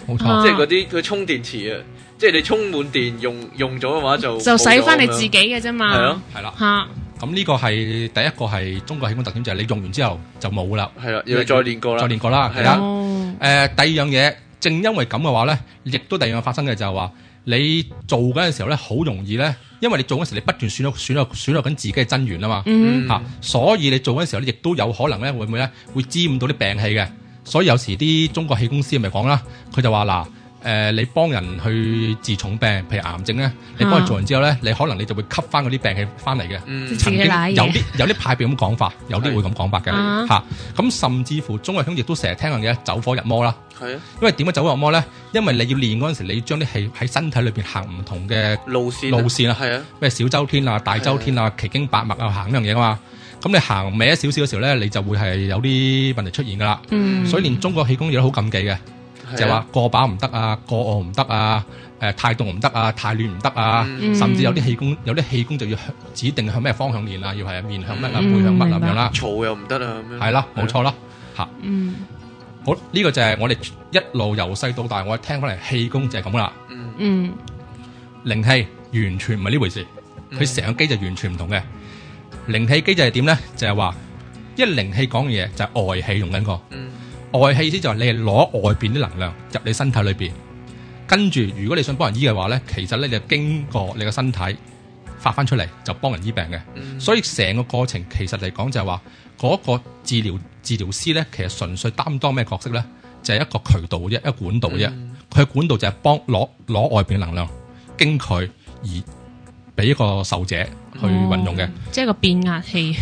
S3: 冇錯
S1: 啊。
S2: 即係嗰啲佢充電池啊，即係你充滿電用用咗嘅話
S1: 嗯
S2: 就
S1: 就使翻你
S2: 冇咗咁樣
S1: 自己嘅啫
S2: 係咯
S1: 嘛，，
S3: 係啦，
S1: 嚇
S3: 咁呢個係第一個係中國氣功特點，就係、你用完之後就冇啦，
S2: 係啦，又要再練過
S3: 再
S2: 啦，
S3: 練過啦。
S2: 係
S3: 係
S2: 啊
S3: 啦，
S1: 哦
S3: 誒、第二樣嘢，正因為咁嘅話咧，亦都第二樣發生嘅就係話，你做嗰陣時候咧，好容易咧，因為你做嗰陣時你不斷選落選落選落緊自己嘅真源啊嘛，
S1: 嗯
S2: 嗯
S3: 嚇、所以你做嗰陣時候咧，亦都有可能咧，會唔會咧會沾到啲病氣嘅？所以有時啲中國氣功師咪講啦，佢就話嗱。誒、你幫人去治重病，譬如癌症咧，你
S1: 嗯
S3: 幫佢做完之後咧，你可能你就會吸翻嗰啲病氣翻嚟嘅。
S2: 嗯
S1: 自
S3: 曾
S1: 己
S3: 經有
S1: 舐嘢
S3: 啲有啲派別咁講法，有啲
S2: 係
S3: 會咁講法嘅
S1: 啊
S3: 嚇。咁、甚至乎中國兄亦都成日聽樣嘢走火入魔啦。
S2: 係啊，
S3: 因為點解走火入魔咧？因為你要練嗰陣時，你要將啲氣喺身體裏邊行唔同嘅
S2: 路線
S3: 路線啊，
S2: 係啊，
S3: 咩小周天啊、大周天啊、奇經八脈啊行呢樣嘢噶嘛。咁你行歪少少嘅時候咧，你就會係有啲問題出現噶啦。
S1: 嗯
S3: 所以練中國氣功亦都好禁忌嘅，
S2: 係啊
S3: 就係話過把唔得啊，過餓唔得啊，誒、太凍唔得啊，太暖唔得啊。
S2: 嗯
S1: 嗯
S3: 甚至有啲氣功，有啲氣功就要向指定向咩方向練啦，要係面向乜啊，
S1: 嗯
S3: 背向乜啊
S1: 明
S3: 咁
S1: 白
S3: 樣啦，
S2: 嘈又唔得啊，咁樣
S3: 係啦，
S2: 係啊
S3: 冇錯啦。
S1: 嗯
S3: 好，呢個就係我哋一路由細到大，我聽翻嚟氣功就係咁啦。
S2: 嗯
S1: 嗯
S3: 靈氣完全唔係呢回事，
S2: 嗯
S3: 佢成個機就完全唔同嘅。靈氣機就係點咧？就係話一靈氣講嘅嘢就係外氣用緊個。
S2: 嗯
S3: 外氣意思就係你係攞外邊啲能量入你身體裏邊，跟住如果你想幫人醫嘅話咧，其實咧你就經過你個身體發翻出嚟就幫人醫病嘅。
S2: 嗯
S3: 所以成個過程其實嚟講就係話嗰個治療治療師咧，其實純粹擔當咩角色咧，就係、一個渠道啫，一個管道啫。
S2: 嗯
S3: 佢嘅管道就係幫攞攞外邊嘅能量經佢而俾一個受者去運用嘅
S1: 哦。即係個變壓器，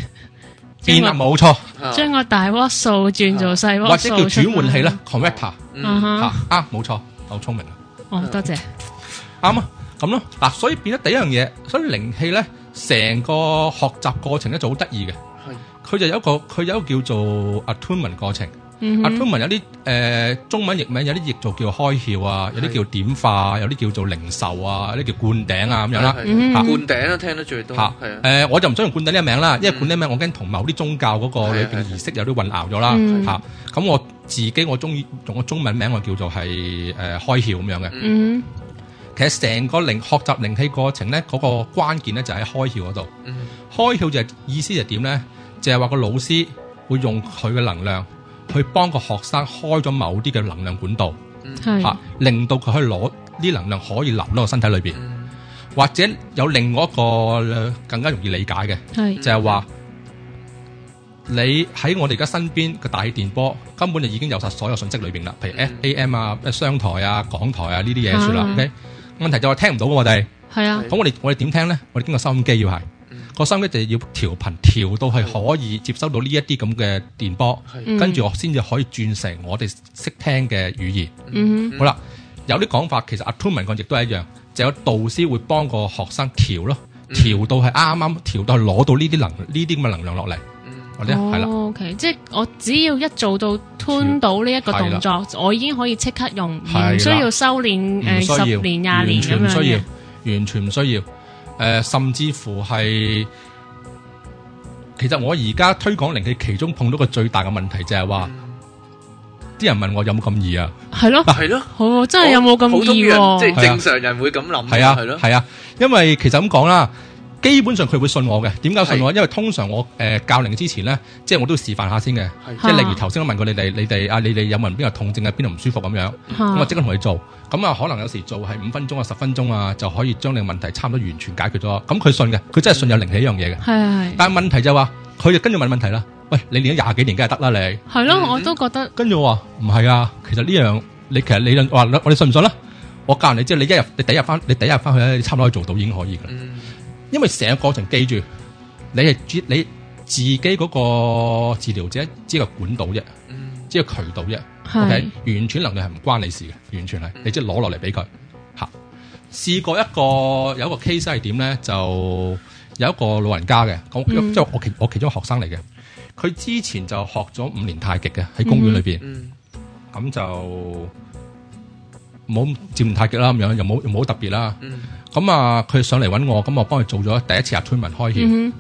S3: 變壓冇錯，
S2: 啊
S1: 將個大鍋數轉做細
S3: 或
S1: 鍋
S3: 者
S1: 數，
S3: 叫轉換器啦。，converter
S2: 嗯
S1: 啊
S3: 嚇
S1: 哈，
S3: 啊冇錯，好聰明啊！
S1: 哦，多謝。
S3: 啱啊，咁咯嗱，所以變咗第一樣嘢，所以靈氣咧成個學習過程咧就好得意嘅，
S2: 嗯係
S3: 佢就有一個佢有一個叫做 attunement 過程、
S1: 嗯
S3: a
S1: 哼
S3: t t u n m e n t 有啲誒、呃中文譯名有啲譯做叫開竅啊，有啲
S2: 係
S3: 叫點化啊，有啲叫做靈獸啊，有啲叫灌頂啊咁樣啦
S2: 係
S1: 嗯
S2: 係灌頂啦，啊聽得最多
S3: 嚇
S2: 係啊，嗯
S3: 誒，我就唔想用灌頂呢個名啦，因為灌頂名我驚同某啲宗教嗰個裏
S2: 係係
S3: 邊儀式有啲混淆咗啦
S1: 嗯
S3: 嚇，咁我自己我中意用個中文名我叫做係誒開竅咁樣嘅。
S1: 嗯
S3: 其實成個靈學習靈氣過程咧，嗰、個關鍵咧就喺開竅嗰度。
S2: 嗯
S3: 開竅就係、意思就係點咧？就係、話個老師會用佢嘅能量去幫個學生開咗某啲嘅能量管道，
S1: 係
S2: 嗯
S3: 嚇、令到佢可以攞啲能量可以流到個身體裏邊，
S2: 嗯
S3: 或者有另外一個呃更加容易理解嘅，
S1: 係
S3: 就係、話你喺我哋而家身邊嘅大氣電波根本就已經有晒所有信息裏邊啦，譬如
S2: 嗯
S3: FAM 啊、商台啊、港台啊呢啲嘢算啦。
S1: 啊
S3: OK，問題就係聽唔到嘅我哋。
S1: 係啊
S2: 係，
S3: 咁我哋我哋點聽咧？我哋經過收音機要係
S2: 嗯
S3: 個收音機就要調頻調到係可以接收到呢一啲咁嘅電波，
S2: 係
S1: 嗯
S3: 跟住我先至可以轉成我哋識聽嘅語言。
S1: 嗯
S2: 嗯
S3: 好啦，有啲講法其實阿 t u m a n 講亦都係一樣，就有導師會幫個學生調咯，
S2: 嗯
S3: 調到係啱啱調到係攞到呢啲能呢啲咁嘅能量落嚟，
S2: 嗯
S3: 或者係啦。
S1: O K，即係哦我只要一做到 turn 到呢一個動作，我已經可以即刻用，
S3: 係啦
S1: 唔需要修煉
S3: 唔
S1: 嗯誒
S3: 需要，
S1: 十年廿年
S3: 完
S1: 咁
S3: 全唔
S1: 樣
S3: 需要
S1: 嘅。，
S3: 完全唔需要。誒、甚至乎係，其實我而家推廣靈氣，其中碰到個最大嘅問題就係
S2: 嗯
S3: 話，啲人問我有冇咁易啊？
S1: 係咯，
S2: 係咯，
S1: 好真係有冇
S2: 普
S1: 咁
S2: 通
S1: 易
S2: 人即
S1: 喎？
S2: 係正常人會咁諗
S3: 啊係啊，
S2: 嗯係咯，
S3: 係啊，因為其實咁講啦。基本上佢會信我嘅，點解信我？因為通常我誒、教靈之前咧，即係我都示範下先嘅，
S2: 係
S3: 即係例如
S1: 啊
S3: 頭先我問過你哋，你哋啊，你哋有冇人邊度痛症啊，邊度唔舒服咁樣？
S1: 嚇
S3: 咁我啊即刻同佢做，咁啊可能有時做係五分鐘啊十分鐘啊就可以將你個問題差唔多完全解決咗，咁佢信嘅，佢真係信有靈氣呢樣嘢嘅。
S1: 係係係
S3: 但係問題就係話，佢就跟住問問題啦，喂，你練咗廿幾年梗係得啦你，
S1: 係
S2: 嗯
S1: 咯，我都覺得
S3: 跟住我話唔係啊，其實呢樣你其實理論我話我哋信唔信啦？我教你之後，你一日你第一日翻你第一日翻去咧，你差唔多可以做到已經可以噶啦，
S2: 嗯
S3: 因為成個過程記住，你係自你自己嗰個治療者只係個管道啫，
S2: 嗯
S3: 只係渠道啫。O K，
S1: 係嗯
S3: 完全能力係唔關你事嘅，完全係你即係攞落嚟俾佢嚇。試過一個有一個 case 係點咧，就有一個老人家嘅，咁
S1: 嗯
S3: 即係我其我其中一個學生嚟嘅。佢之前就學咗五年太極嘅喺公園裏邊，
S2: 嗯
S3: 咁、就冇接唔太極啦，咁樣又冇又冇特別啦。
S2: 嗯
S3: 咁啊，佢上嚟揾我，咁我幫佢做咗第一次阿 t w i n 開竅。
S1: 嗯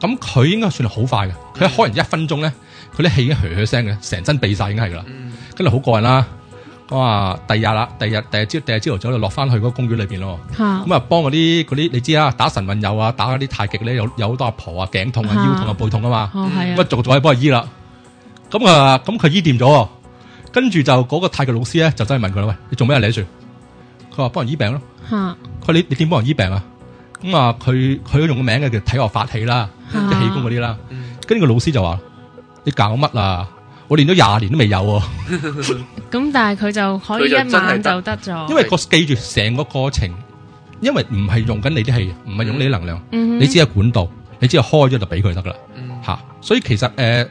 S3: 咁佢應該算係好快嘅，佢一開完一分鐘咧，佢啲氣已經噓噓聲嘅，成身痹晒已經係噶啦。
S2: 嗯
S3: 跟住好過癮啦。咁啊，第二日啦，第二日第二朝第二朝頭早就落翻去嗰個公園裏邊咯。
S1: 哼嚇
S3: 咁啊，幫嗰啲嗰啲你知啦，打神運友啊，打嗰啲太極咧，有有好多阿婆啊，頸痛啊、
S1: 啊
S3: 腰痛啊、背痛啊嘛。
S1: 哦係
S3: 咁啊，
S1: 啊
S3: 做咗去幫佢醫啦。咁啊，咁佢醫掂咗喎，跟住就嗰個太極老師咧就真係問佢啦：喂，你做咩啊？你喺度？佢話幫人醫病咯。
S1: 嚇
S3: 佢話你你點幫人醫病啊？咁啊，佢佢用個名嘅叫體學法器
S1: 啊
S3: 啦，即係氣功嗰啲啦。
S2: 嗯
S3: 跟住個老師就話：你搞乜啊？我練咗廿年都未有喎。
S1: 咁但係佢就可以
S2: 佢就真
S1: 一
S2: 係
S1: 晚
S2: 得
S1: 就得咗，
S3: 因為個記住成個過程，因為唔係用緊你啲氣，唔係用你啲能量，
S1: 嗯
S3: 你只係管道，你只係開咗就俾佢得噶啦
S2: 嗯
S3: 吓。所以其實诶、呃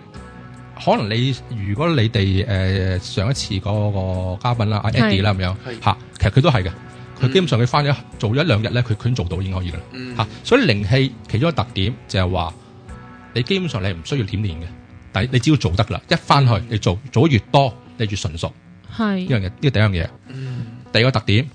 S3: 可能你如果你哋诶、呃上一次嗰個嘉賓啦，阿
S1: 係
S3: Eddie 啦咁樣
S2: 係
S3: 吓，其實佢都係嘅。佢
S2: 嗯
S3: 基本上佢翻咗做咗一兩日咧，佢佢已經做到已經可以噶啦
S2: 嗯
S3: 吓。所以靈氣其中一個特點就係話，你基本上你係唔需要點練嘅，但係你只要做得噶啦，一翻去你做做得越多，你越純熟。呢
S1: 係
S3: 樣嘢呢個第一樣嘢。
S2: 嗯
S3: 第二個特點，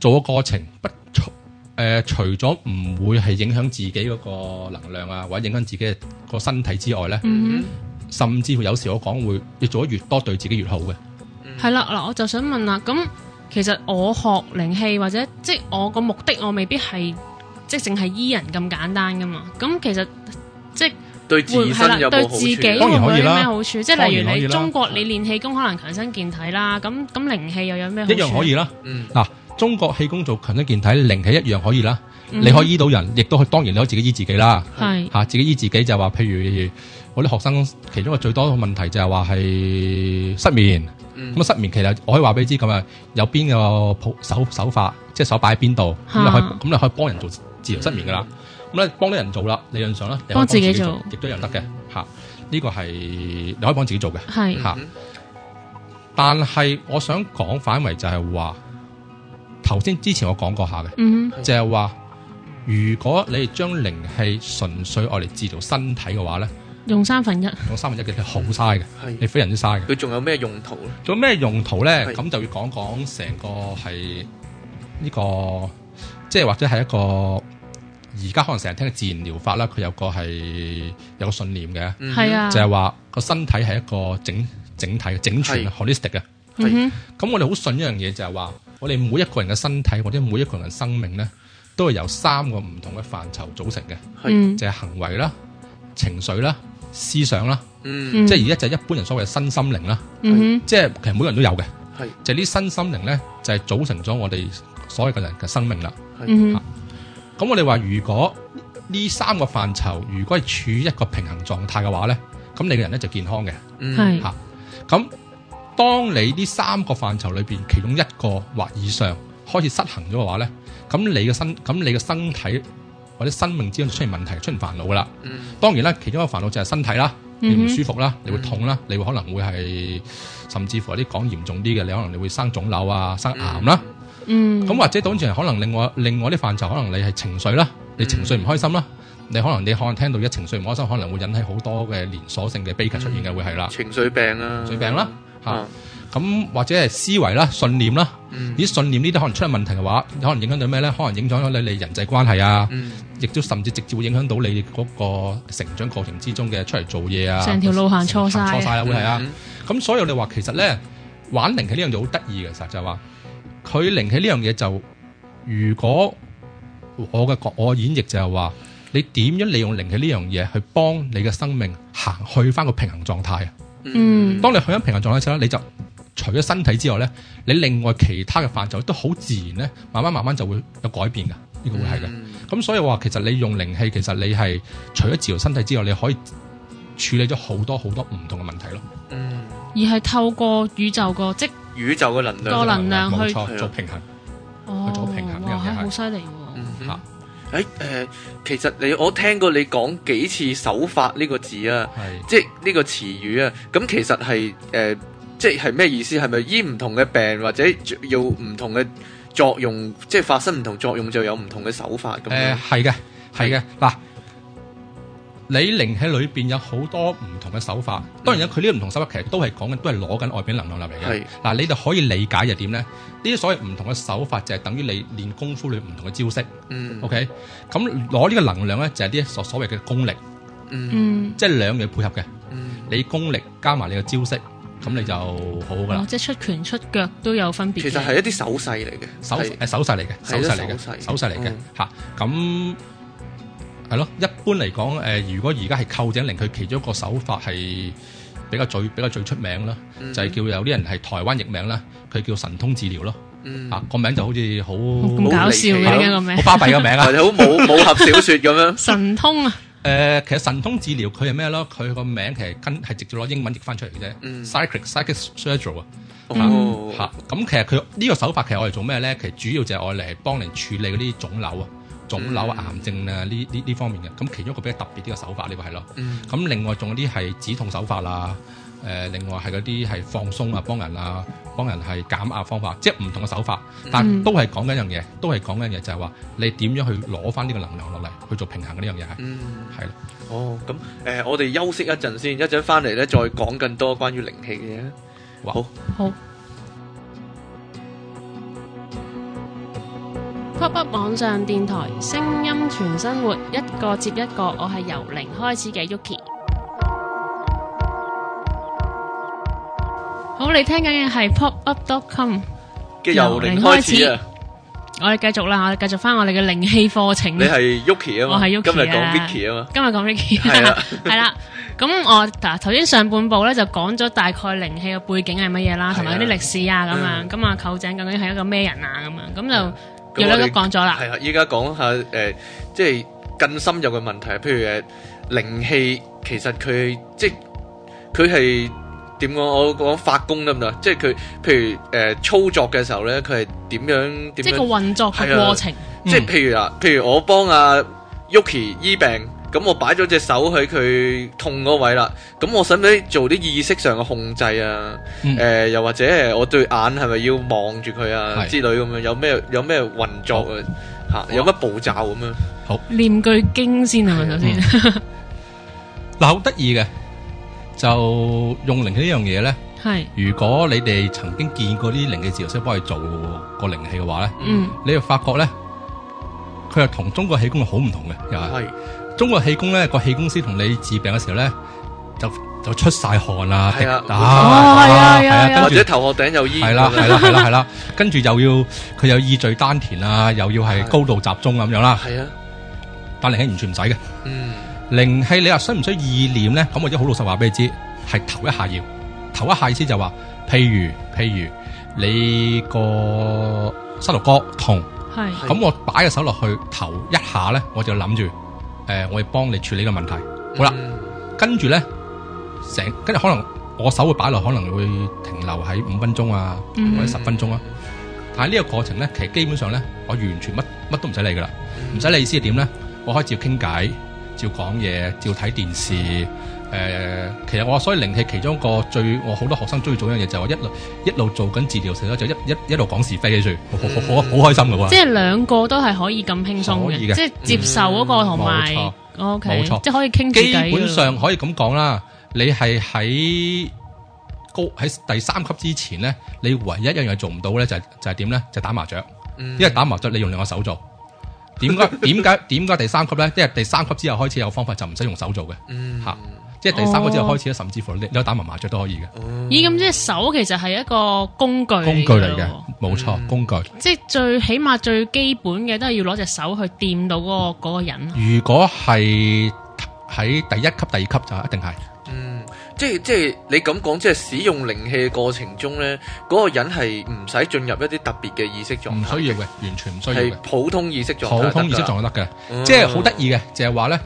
S3: 做個過程不除誒、呃除咗唔會係影響自己嗰個能量啊，或者影響自己嘅個身體之外咧，
S1: 嗯哼。
S3: 甚至乎有時我講會，你做得越多對自己越好嘅。
S2: 嗯
S1: 係啦，嗱，我就想問啦，咁其實我學靈氣或者即係我個目的，我未必係即係淨係醫人咁簡單噶嘛。咁其實即係
S2: 對
S1: 會
S2: 自
S1: 係啦
S2: 身有，冇
S1: 對
S2: 好
S1: 自己會
S2: 處？啊
S3: 當然
S1: 唔
S3: 可
S1: 會
S3: 以
S1: 有啲
S3: 啦
S1: 咩好處？即係
S3: 當
S1: 例如
S3: 然可以
S1: 你
S3: 啦
S1: 中國你練氣功可能強身健體啦，咁咁靈氣又有咩好處？
S3: 一樣可以啦。
S2: 嗯，
S3: 中國氣功做強身健體，靈氣一樣可以啦。
S1: 嗯，
S3: 你可以醫到人，亦都可以當然你可以自己醫自己啦。
S1: 係
S3: 嚇、自己醫自己就係話，譬如我啲學生其中一個最多嘅問題就係話係失眠。
S2: 嗯
S3: 咁、啊失眠其實我可以話俾你知咁啊，有邊個抱手手法，即係手擺喺邊度，咁你可以
S1: 啊
S3: 咁你可以幫人做治療失眠噶啦。咁咧幫啲人做啦，理論上啦，你可以
S1: 幫自己
S3: 幫亦都有得嘅嚇。呢、個係你可以幫自己做嘅。
S1: 係
S3: 嚇
S2: 嗯
S3: 但係我想講反為就係話，頭先之前我講過下嘅，
S1: 嗯
S3: 就係話，如果你哋將靈氣純粹愛嚟治療身體嘅話咧，
S1: 用三分一
S2: 嗯
S3: 用三分一嘅你好嘥嘅，
S2: 係
S3: 你非常之嘥嘅。
S2: 佢仲有咩用途咧？
S3: 做咩用途咧？
S2: 係
S3: 咁就要講講成個係呢、個，即係或者係一個而家可能成日聽嘅自然療法啦，佢有個係有個信念嘅，
S2: 嗯
S1: 係，啊，
S3: 就係話個身體係一個整整體嘅整全嘅 holistic 嘅。
S1: 嗯哼
S3: 咁我哋好信一樣嘢就係話，我哋每一個人嘅身體或者每一個人嘅生命咧，都係由三個唔同嘅範疇組成嘅，
S2: 係，
S1: 嗯
S3: 就係、行為啦、情緒啦、思想啦，
S2: 嗯，
S1: 嗯
S3: 即係而家就係一般人所謂嘅身心靈啦，
S1: 嗯
S3: 即係其實每個人都有嘅。
S2: 係，
S3: 就係呢身心靈咧，就係、組成咗我哋所有嘅人嘅生命啦。
S1: 哼嗯
S3: 啊
S1: 哼
S3: 咁我哋話，如果呢三個範疇如果係處於一個平衡狀態嘅話咧，咁你個人咧就健康嘅。
S2: 嗯，
S1: 係
S3: 嚇咁當你呢三個範疇裏邊其中一個或以上開始失衡咗嘅話咧，咁你嘅身咁你嘅身體或者生命之間就出現問題，出現煩惱噶啦。
S2: 嗯，
S3: 當然啦，其中一個煩惱就係身體啦，你
S1: 嗯
S3: 唔
S1: 哼嗯
S3: 舒服啦，你會痛啦，你會可能會係甚至乎有啲講嚴重啲嘅，你可能你會生腫瘤啊、生癌啦。
S1: 嗯
S3: 咁啊或者倒轉嚟，可能另外另外啲範疇，可能你係情緒啦，你情緒唔開心啦，你可能你可能聽到一情緒唔開心，可能會引起好多嘅連鎖性嘅悲劇出現嘅，會係
S2: 嗯，
S3: 啦
S2: 情緒病啊，
S3: 情緒病啦嚇。
S2: 啊，
S1: 嗯
S3: 咁或者係思維啦、信念啦，
S2: 嗯
S3: 啲信念呢啲可能出咗問題嘅話，可能影響到咩咧？可能影響咗你哋人際關係啊，
S2: 嗯，
S3: 亦都甚至直接會影響到你嗰個成長過程之中嘅出嚟做嘢啊，
S1: 成條路行錯晒
S3: 成條行錯晒啦，會係啊。
S2: 嗯，
S3: 咁所以我哋話其實咧玩靈氣呢樣嘢好得意嘅，其實就係話佢靈氣呢樣嘢就如果我嘅角我嘅演繹就係話你點樣利用靈氣呢樣嘢去幫你嘅生命行去翻個平衡狀態啊！
S1: 嗯
S3: 當你去翻平衡狀態之後咧，你就除咗身體之外咧，你另外其他嘅範疇都好自然咧，慢慢慢慢就會有改變噶，呢、個會係嘅。
S2: 嗯，
S3: 咁所以話其實你用靈氣，其實你係除咗治療身體之外，你可以處理咗好多好多唔同嘅問題咯。
S2: 嗯，
S1: 而係透過宇宙個即
S2: 宇宙嘅能量
S1: 多。能量
S3: 冇
S1: 去
S3: 錯
S2: 去
S3: 做平衡。
S1: 哦，
S3: 做平衡呢樣嘢
S1: 哇
S3: 係
S1: 好犀利喎！
S2: 嗯
S3: 嚇
S2: 誒誒、其實你我聽過你講幾次手法呢個字啊，
S3: 係
S2: 即係呢個詞語啊，咁其實係誒、呃即係咩意思？係咪醫唔同嘅病或者要唔同嘅作用，即係發生唔同作用就有唔同嘅手法咁
S3: 誒
S2: 樣？
S3: 係嘅係嘅嗱，你靈氣裏邊有好多唔同嘅手法，
S2: 嗯
S3: 當然啦，佢呢啲唔同手法其實都係講緊都係攞緊外邊能量入嚟嘅
S2: 係。
S3: 嗱，你就可以理解就點咧？呢啲所謂唔同嘅手法就係等於你練功夫裏唔同嘅招式。
S2: 嗯
S3: OK，咁攞呢個能量咧就係啲所所謂嘅功力，
S2: 嗯
S1: 嗯，
S3: 即係兩樣配合嘅。
S2: 嗯
S3: 你功力加埋你嘅招式，咁你就好好噶
S1: 哦
S2: 嗯
S3: 啦。
S1: 即係出拳出腳都有分別嘅。
S2: 其實係一啲手勢嚟嘅，
S3: 手
S2: 係
S3: 誒手勢嚟嘅，手
S2: 係咯
S3: 勢嚟
S2: 手
S3: 嘅，
S2: 勢
S3: 手勢嚟嘅
S2: 嗯
S3: 嚇。咁係咯，一般嚟講誒，呃如果而家係扣井靈，佢其中一個手法係比較最比較最出名啦，
S2: 嗯
S3: 就係叫有啲人係台灣譯名啦，佢叫神通治療咯。
S2: 嗯
S3: 啊，個名就好似好
S1: 咁
S2: 離奇
S1: 搞笑嘅點解個
S3: 好
S1: 名？
S3: 巴閉嘅名啊
S2: 或！者好武武俠小說咁樣。
S1: 神通啊，
S3: 誒，其實神通治療佢係咩咯？佢個名其實跟係直接攞英文譯翻出嚟嘅啫。
S2: 嗯
S3: psychic psychic surgery 啊，
S2: 哦
S3: 嚇咁其實佢呢個手法其實我嚟做咩咧？其實主要就係我嚟幫人處理嗰啲腫瘤啊、腫瘤啊、
S2: 嗯
S3: 癌症啊呢呢呢方面嘅。咁其中一個比較特別啲嘅手法呢個係咯。
S2: 嗯
S3: 咁另外仲有啲係止痛手法啦，誒、另外係嗰啲係放鬆啊，幫人啊，幫人係減壓方法，即係唔同嘅手法，但
S1: 嗯
S3: 都係講緊一樣嘢，都係講緊嘢就係話你點樣去攞翻呢個能量落嚟去做平衡嘅呢樣嘢係
S2: 嗯，
S3: 係啦。
S2: 哦，咁誒、我哋休息一陣先，一陣翻嚟咧再講更多關於靈氣嘅嘢。
S1: 好。Pop Up 網上電台，聲音全生活，一個接一個。我係由零開始嘅 Yuki。好，你聽緊嘅係 pop up dot com。
S2: 嘅由零開始啊！
S1: 我哋繼續啦，我哋繼續翻我哋嘅靈氣課程。
S2: 你係 Yuki 啊嘛，
S1: 我係
S2: 今日
S1: Yuki
S2: 講
S1: 啊
S2: Vicky 啊嘛，
S1: 今日講 Vicky
S2: 係啦，
S1: 係啦。咁我嗱頭先上半部咧就講咗大概靈氣嘅背景係乜嘢
S2: 係
S1: 啦，
S2: 啊
S1: 同埋嗰啲歷史啊咁樣。咁啊，舅井究竟係一個咩人啊咁樣？咁就
S2: 咁
S1: 有
S2: 我
S1: 兩
S2: 哋
S1: 都講咗啦。
S2: 係啦，依家講下誒、呃即係更深入嘅問題，譬如誒靈氣，其實佢即係佢係點講？我講發功得唔得？即係佢譬如誒、呃操作嘅時候咧，佢係點樣點
S1: 即係個
S2: 樣？
S1: 運作嘅
S3: 啊
S1: 過程，
S2: 即
S3: 嗯
S2: 係譬如啊，譬如我幫阿 Yuki 醫病。咁我擺咗隻手喺佢痛嗰位啦，咁我使唔使做啲意識上嘅控制啊？
S3: 嗯
S2: 誒、又或者誒我對眼係咪要望住佢啊
S3: 係
S2: 之類咁樣，有咩有咩運作啊嚇、有乜步驟咁樣？
S1: 念句經先係咪首先？
S3: 啊嗱，好得意嘅，就用靈氣呢樣嘢咧。
S1: 係，
S3: 如果你哋曾經見過啲靈氣治療師幫你做個靈氣嘅話咧，
S1: 嗯，
S3: 你就發覺咧，佢係同中國氣功係好唔同嘅，又係。
S2: 係
S3: 中國氣功咧，個氣功師同你治病嘅時候咧，就就出晒汗啊，
S2: 係啊
S3: 滴
S1: 哦係啊係啊係啊
S2: 或
S3: 跟住
S2: 者頭殼頂有煙
S3: 係啦
S2: 咁樣
S3: 係啦係啦係啦，跟住又要佢又意聚丹田啊，又要係高度集中咁樣啦，
S2: 係啊，
S3: 但靈氣完全唔使嘅。
S2: 嗯
S3: 靈氣你話需唔需意念咧？咁我啲好老實話俾你知，係頭一下要，頭一下意思就話，譬如譬如你個膝頭哥痛，
S1: 係，
S2: 係
S3: 咁我擺個手落去頭一下咧，我就諗住，誒、我要幫你處理呢個問題。好啦，
S2: 嗯
S3: 跟住咧，成跟住可能我手會擺落，可能會停留喺五分鐘啊，
S1: 嗯
S3: 或者十分鐘啊。但係呢個過程咧，其實基本上咧，我完全乜乜都唔使理噶啦，唔使理意思係點咧，我可以照傾偈，照講嘢，照睇電視。誒、其實我所以靈氣其中一個最我好多學生中意做一樣嘢就係我一路一路做緊治療時咧，就一一一路講是非嘅住，好好好好好開心嘅喎。
S1: 即係兩個都係可以咁輕鬆
S3: 可以嘅
S1: 嘅，即係接受嗰個同埋
S3: 嗯
S1: ，O
S3: 冇
S1: K，
S3: 錯
S1: 即係可以傾住
S3: 基
S1: 偈㗎
S3: 本
S1: 啦
S3: 上可以咁講啦，你係喺高喺第三級之前咧，你唯一一樣嘢做唔到咧就係、就係點咧？就係打麻雀，
S2: 嗯
S3: 因為打麻雀你用兩個手做。點解點解點解第三級咧？因為第三級之後開始有方法就唔使用手做嘅，
S2: 嗯
S3: 嚇即係第三級之後開始咧，甚至乎你有打埋麻雀都可以嘅
S2: 哦
S1: 咦，咁即係手其實係一個工具
S3: 工
S1: 工
S3: 具嚟嘅，冇錯
S2: 嗯
S3: 工具。
S1: 即係最起碼最基本嘅都係要攞隻手去掂到嗰個嗰個人。
S3: 如果係喺第一級、第二級就一定係。
S2: 嗯，即係即係你咁講，即係使用靈氣嘅過程中咧，嗰、個人係唔使進入一啲特別嘅意識狀
S3: 唔
S2: 態，
S3: 需要嘅，完全唔需要嘅
S2: 係。普通意識狀態
S3: 普
S2: 得㗎啦，
S3: 通意識狀就得嘅，
S2: 嗯
S3: 即係好得意嘅，就係話咧，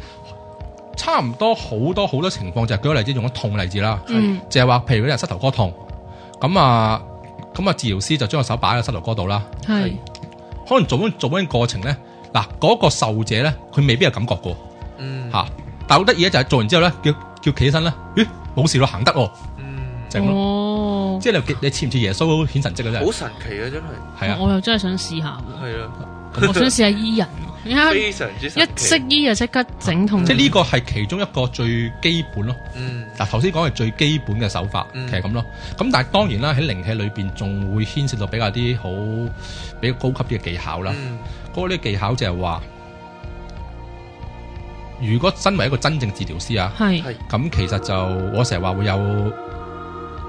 S3: 差唔多好多好多情況就係舉個例子，用咗痛例子啦，
S1: 嗯，
S3: 就係話譬如有人膝頭哥痛，咁啊咁啊治療師就將個手擺喺個膝頭哥度啦，
S1: 係
S3: 可能做緊做緊過程咧，嗱嗰個受者咧，佢未必有感覺嘅
S2: 嗯
S3: 嚇，但係好得意嘅就係做完之後咧，叫叫企起身咧，咦冇事咯，行得喎，
S2: 嗯，
S3: 就係咁咯，
S1: 哦，
S3: 即係你你似唔似耶穌顯神跡啊？真係
S2: 好神奇啊，真係
S3: 係啊，
S1: 我又真係想試下喎，
S2: 係啊，
S1: 我想試下醫人喎，因為
S2: 非常之神
S1: 一
S2: 奇
S1: 識，醫就即刻整痛。
S3: 即係呢個係其中一個最基本咯。
S2: 嗯。
S3: 嗱，頭先講係最基本嘅手法，
S2: 嗯
S3: 其實咁咯。咁但係當然啦，喺靈氣裏邊仲會牽涉到比較啲好比較高級啲嘅技巧啦。
S2: 嗯
S3: 嗰啲、技巧就係話，如果身為一個真正治療師啊，
S1: 係
S2: 係
S3: 咁其實就我成日話會有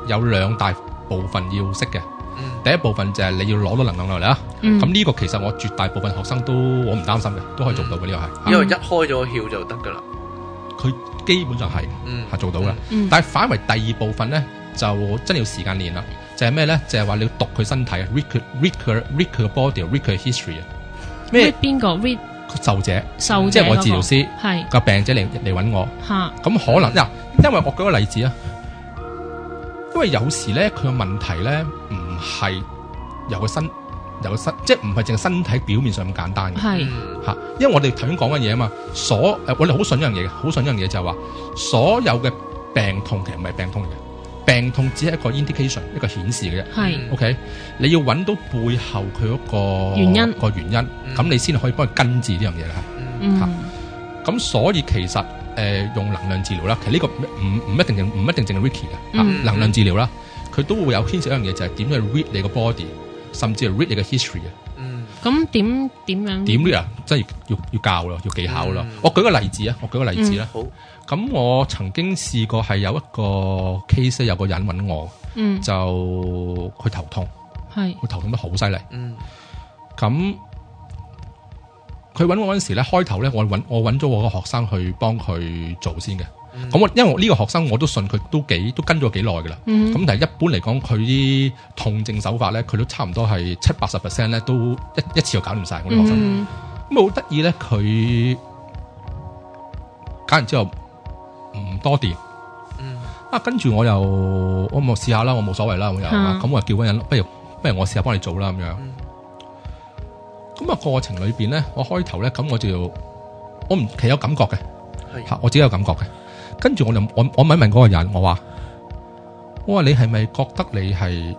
S3: 有兩大部分要識嘅。
S2: 嗯
S3: 第一部分就係你要攞到能量落嚟啦。
S1: 嗯
S3: 咁呢、個其實我絕大部分學生都我唔擔心嘅，都可以做到嘅呢個係
S2: 因為一開咗個竅就得噶啦，
S3: 嚇，基本上係
S2: 嗯
S3: 係做到嘅。
S1: 嗯
S3: 但係反為第二部分咧，就真係要時間練啦。就係咩咧？就係、話你要讀佢身體啊，read 佢 read 佢 read 佢嘅 body read 佢嘅 history 啊。咩
S1: read 邊個 read
S3: 受者，
S1: 受
S3: 即
S1: 者
S3: 係我
S1: 嗰個
S3: 治療師
S1: 係
S3: 個病者嚟嚟揾我，
S1: 嚇
S3: 咁可能嗱，因為我舉個例子啊，因為有時咧佢嘅問題咧唔係由個身由個身，即係唔係淨係身體表面上咁簡單嘅。
S1: 係
S2: 嗯
S3: 嚇，因為我哋頭先講緊嘢啊嘛，所誒我哋好信一樣嘢嘅，好信一樣嘢就係話，所有嘅病痛其實唔係病痛嚟嘅，病痛只係一個 indication 一個顯示嘅啫。
S1: 係
S3: OK，你要揾到背後佢嗰個
S1: 原因
S3: 個原因，咁你先可以幫佢根治呢樣嘢啦。
S2: 嗯
S1: 嗯
S3: 嚇咁所以其實誒、呃用能量治療啦，其實呢個唔唔唔一定淨唔一定淨係 Ricky 嘅、
S1: 嗯
S3: 啊能量治療啦，佢都會有牽涉一樣嘢就係點樣去 read 你個 body，甚至係 read 你嘅 history 嘅。
S2: 嗯
S1: 咁點點樣
S3: 點呢啊？真係要要教咯，要技巧咯。
S2: 嗯
S3: 我舉個例子啊，我舉個例子啦。
S2: 好
S1: 嗯
S3: 咁、我曾經試過係有一個 case，有個人揾我，
S1: 嗯
S3: 就佢頭痛，
S1: 係
S3: 佢頭痛得好犀利。
S2: 嗯
S3: 咁佢揾我嗰陣時咧，開頭咧，我揾我揾咗我個學生去幫佢做先嘅。
S1: 嗯
S3: 咁我因為我呢個學生我都信佢都幾都跟咗幾耐噶啦。
S1: 嗯
S3: 咁但係一般嚟講，佢啲痛症手法咧，佢都差唔多係七八十 percent 咧，都一一次就搞掂晒我啲學生。
S1: 嗯
S3: 咁好得意咧，佢搞完之後唔多掂
S2: 嗯
S3: 啊，跟住我又我咪試下啦，我冇所謂啦，我又
S1: 嗯
S3: 咁我又叫嗰人，不如不如我試下幫你做啦咁樣。咁啊過程裏邊咧，我開頭咧咁我就我唔其實有感覺嘅
S2: 係
S3: 嚇，我自己有感覺嘅。跟住我就我我問一問嗰個人，我話我話你係咪覺得你係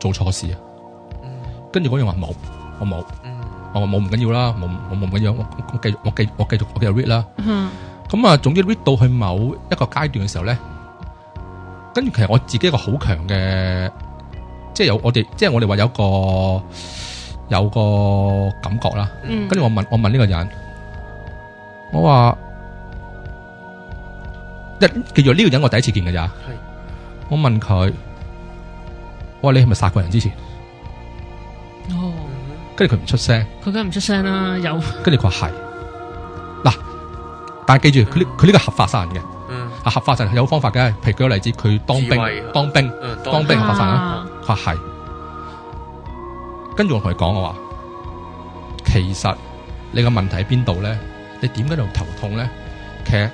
S3: 做錯事啊？跟住嗰人話冇，我冇。我話冇唔緊要啦，冇我冇唔緊要，我我繼續我繼我繼續我繼續 read 啦。
S1: 嗯
S3: 咁啊，總之 read 到去某一個階段嘅時候咧，跟住其實我自己一個好強嘅，即係有我哋，即係我哋話有個有個感覺啦。
S1: 嗯，
S3: 跟住我問我問呢個人，我話一記住呢個人我第一次見嘅咋，我問佢，我話你係咪殺過人之前？
S1: 哦，
S3: 跟住佢唔出聲。
S1: 佢梗係唔出聲啦，有
S3: 跟住佢話係嗱，但係記住佢呢佢呢個合法殺人嘅，啊合法殺人係有方法嘅，譬如舉個例子，佢當
S2: 自衛啊
S3: 兵當兵，當兵合法殺人
S1: 啊
S3: 啊，佢話係，跟住我同佢講我話，其實你個問題喺邊度咧？你點解喺度頭痛咧？其實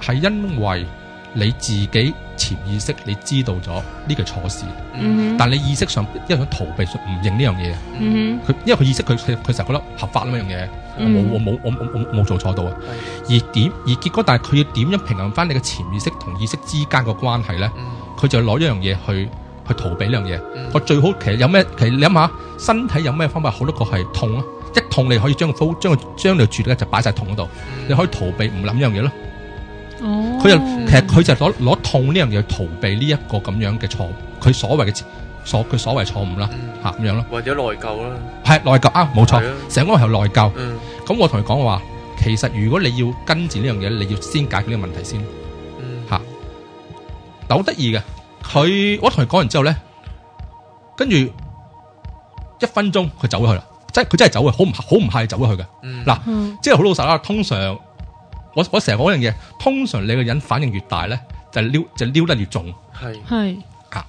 S3: 係因為你自己潛意識你知道咗呢個錯事，
S1: 嗯哼
S3: 但你意識上因為想逃避，想唔認呢樣嘢。
S1: 嗯
S3: 佢因為佢意識佢佢佢成日覺得合法呢樣嘢，我冇
S1: 嗯
S3: 我冇我冇我冇我冇做錯到啊！而點而結果，但係佢要點樣平衡翻你嘅潛意識同意識之間個關係咧？佢就攞一樣嘢去去逃避呢樣嘢。
S2: 嗯
S3: 我最好其實有咩？其實你諗下，身體有咩方法好得過係痛啊？一痛你可以將個 fo- 將個將你個注意力就擺晒痛嗰度，
S2: 嗯
S3: 你可以逃避唔諗呢樣嘢咯。
S1: 哦，
S3: 佢就其實佢就攞攞痛呢樣嘢去逃避呢一個咁樣嘅錯誤，佢所謂嘅所佢所謂錯誤啦嚇咁樣咯，
S2: 或者內疚啦，
S3: 係內疚啊，冇
S2: 嗯
S3: 錯
S2: 係啊，
S3: 成個係內疚。
S2: 嗯
S3: 咁我同佢講話，其實如果你要跟住呢樣嘢，你要先解決呢個問題先
S2: 嗯
S3: 吓。但好得意嘅，佢我同佢講完之後咧，跟住一分鐘佢走咗去啦，即係佢真係走嘅，好唔好唔係走咗去嘅。
S2: 嗯
S3: 嗱
S1: 嗯
S3: 即係好老實啦，通常我我成日講一樣嘢，通常你個人反應越大咧，就撩就撩得越重
S2: 係
S1: 係
S3: 吓。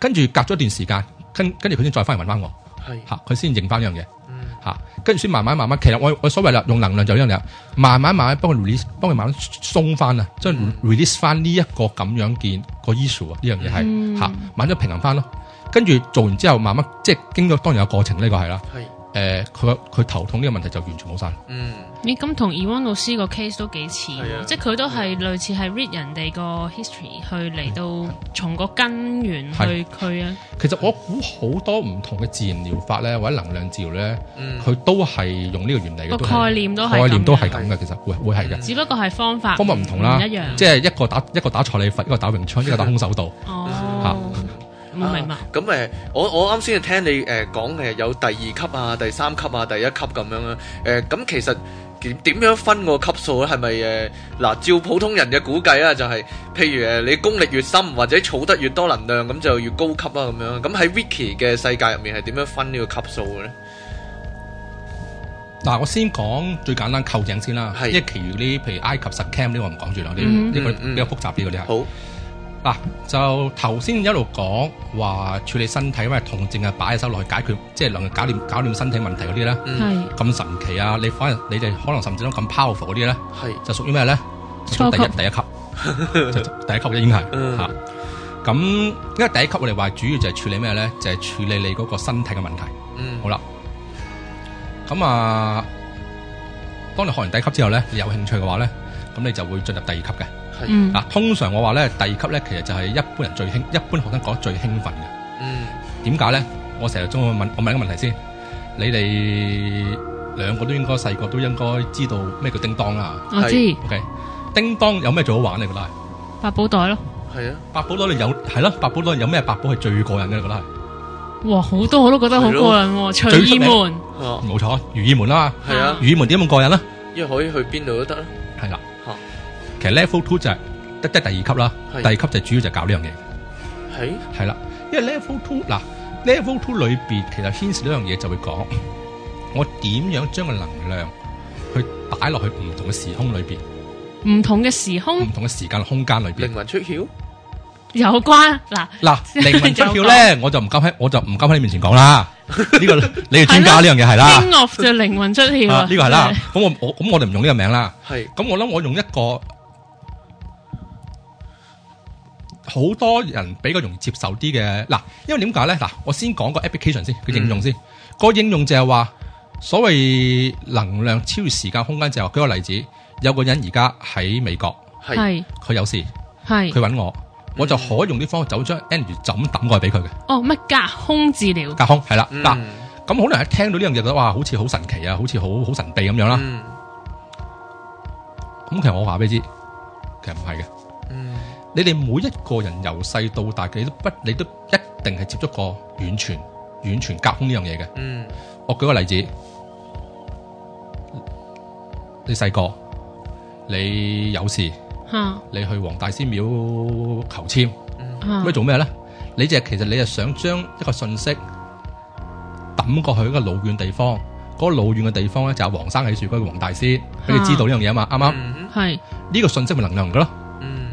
S3: 跟住隔咗一段時間，跟跟住佢先再翻嚟問翻我
S2: 係
S3: 吓，佢先認翻呢樣嘢。
S2: 嗯
S3: 吓，啊跟住先慢慢慢慢，其實我我所謂啦，用能量就一樣嘢，啊慢慢慢慢幫佢 release，幫佢慢慢鬆翻啊，將
S2: 嗯
S3: release 翻呢一個咁樣件個 issue 啊，呢樣嘢
S1: 嗯
S3: 係吓，慢咗平衡翻咯。跟住做完之後，慢慢即係經過當然有過程呢個係啦。
S2: 係
S3: 誒，佢佢頭痛呢個問題就完全冇晒啦。
S2: 嗯
S1: 咦咁同 Ewan 老師個 case 都幾似喎
S2: 係啊，
S1: 即係佢都係類似係 read 人哋個 history 去嚟到從個根源去佢啊，
S3: 其實我估好多唔同嘅自然療法咧，或者能量治療咧，
S2: 嗯
S3: 佢都係用呢個原理
S1: 個
S3: 嘅，都
S1: 概
S3: 係
S1: 念都係
S3: 概念都係
S1: 咁嗯
S3: 咁嘅，其實會會係嘅。
S1: 樣，只不過係方法
S3: 方法唔同啦
S1: 一樣，
S3: 即係一個打一個打蔡李佛，一個打詠春，一個打空手道。
S1: 哦，
S2: À,
S1: 冇明白，
S3: 啊
S2: 咁誒、我我啱先係聽你誒、講誒有第二級啊、第三級啊、第一級咁樣啦。誒、咁其實點點樣分個級數咧？係咪誒嗱？照普通人嘅估計啊，就係、譬如誒、你功力越深或者儲得越多能量，咁就越高級啦咁樣。咁喺 Vicky 嘅世界入面係點樣分呢個級數嘅咧？
S3: 嗱，我先講最簡單扣正先啦，
S2: 係
S3: 因為其餘呢，譬如埃及實 cam 呢，我唔講住啦，呢
S1: 嗯
S3: 呢個
S2: 嗯嗯
S3: 比較複雜啲嗰啲係。
S2: 好，
S3: 嗱，就頭先一路講話處理身體因為痛症啊，擺手落去解決，即係能夠搞掂搞掂身體問題嗰啲咧，
S2: 嗯，
S1: 係
S3: 咁神奇啊！你反而你哋可能甚至都咁 powerful 嗰啲咧，
S2: 係，
S3: 就屬於咩咧？
S1: 初級
S3: 就屬於第一第 一級，就第一級已經係
S2: 嗯
S3: 嚇。咁因為第一級我哋話主要就係處理咩咧？就係處理你嗰個身體嘅問題。
S2: 嗯
S3: 好，啦，咁啊，當你學完第一級之後咧，你有興趣嘅話咧，咁你就會進入第二級嘅。
S2: 係，
S1: 嗯
S3: 嗱、通常我話咧，第二級咧其實就係一般人最興，一般學生講最興奮嘅。
S2: 嗯，
S3: 點解咧？我成日中意問，我問一個問題先，你哋兩個都應該細個都應該知道咩叫叮當啦。
S1: 我知
S3: OK，叮當有咩最好玩你覺得係？
S1: 八寶袋咯，
S2: 係啊，
S3: 百寶袋你有係咯，百寶袋有咩百寶係最過癮嘅？你覺得係？
S1: 哇好多我都覺得好過癮喎，
S3: 最
S1: 隨
S3: 出
S1: 意
S3: 名
S1: 門，
S2: 哦，
S3: 冇錯，如意門啦，
S2: 係啊，
S3: 如意門點咁過癮啦？
S2: 因為可以去邊度都得啦，
S3: 係啦
S2: 嚇，
S3: 其實 level two 就係得得第二級啦，
S2: 係
S3: 第二級就主要就搞呢樣嘢，
S2: 係，
S3: 係啦，因為 level two 嗱 level two 裏邊其實牽涉呢樣嘢就會講我點樣將個能量去擺落去唔同嘅時空裏邊、
S1: 唔同嘅時
S3: 唔
S2: 嗯
S1: 空
S3: 同嘅時間空間裏邊
S2: 靈。魂出竅，
S1: 有關嗱，
S3: 嗱，靈魂出 竅咧，我就唔敢喺，我就唔敢喺你面前講啦。呢個你哋專家呢樣嘢係 啦，
S1: 經樂就靈魂出竅
S3: 啊
S1: 啊，
S3: 呢個係啦。咁我我咁我哋唔用呢個名啦。
S2: 係
S3: 咁我諗我用一個好多人比較容易接受啲嘅嗱，因為點解咧？嗱，我先講個 application 先，佢應用先。個應用就係話，所謂能量超越時間空間就係話，舉個例子，有個人而家喺美國，
S1: 真
S2: 係
S1: 係，
S3: 佢有事，
S1: 係
S3: 佢揾我，我就可用啲方法走將 energy 就咁抌過去俾佢嘅
S1: 哦，乜隔空治療
S3: 隔空係啦。嗱、
S2: 嗯
S3: 咁好多人一聽到呢樣嘢就覺得哇，好似好神奇啊，好似好好神秘咁
S2: ừ,
S3: 樣啦。
S2: 嗯
S3: 咁、其實我話俾你知，其實唔係嘅。
S2: 嗯
S3: 你哋每一個人由細到大，你都不你都一定係接觸過遠傳、遠傳隔空呢樣嘢嘅。
S2: 嗯
S3: 我舉個例子，你細個你有事，
S1: 嚇
S3: 你去黃大仙廟求籤，咁
S1: 嚇
S3: 你，做咩呢？你就係其實你係想將一個信息抌過去一個老遠地方，嗰、個老遠嘅地方呢，就係黃山起樹嗰個黃大仙，俾你知道呢樣嘢啊嘛，啱唔啱？呢、
S2: 嗯
S1: 係
S3: 個信息咪能量㗎咯。
S2: Ừ, 嗯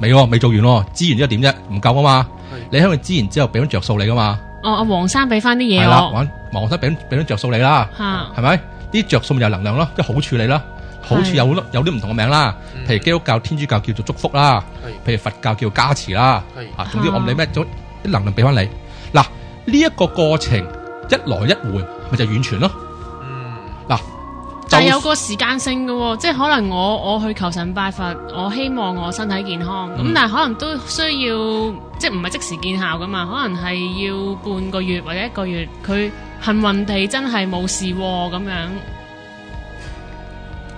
S3: 未喎，未做完喎，資源之後點啫？唔夠啊嘛
S2: 係！
S3: 你喺佢資源之後俾咗着數你噶嘛？
S1: 哦，阿黃生俾翻啲嘢
S3: 係啦，
S1: 我
S3: 玩黃生俾俾咗着數你啦，
S1: 嚇，
S3: 係咪？啲着數咪有能量咯，即係好處你啦。好
S1: 嗯
S3: 處有有啲唔同嘅名啦，
S2: 嗯
S3: 譬如基督教、天主教叫做祝福啦，
S2: 係
S3: 譬如佛教叫加持啦，
S2: 係
S3: 啊，總之我唔理
S1: 啊
S3: 咩，總啲能量俾翻你。嗱，呢一個過程一來一回，咪就係遠傳咯。
S2: 嗯
S3: 嗱，
S1: 但係
S3: 就
S1: 有個時間性嘅喎，即係可能我我去求神拜佛，我希望我身體健康，咁、
S3: 嗯
S1: 但係可能都需要即係唔係即時見效噶嘛，可能係要半個月或者一個月，佢幸運地真係冇事喎咁樣，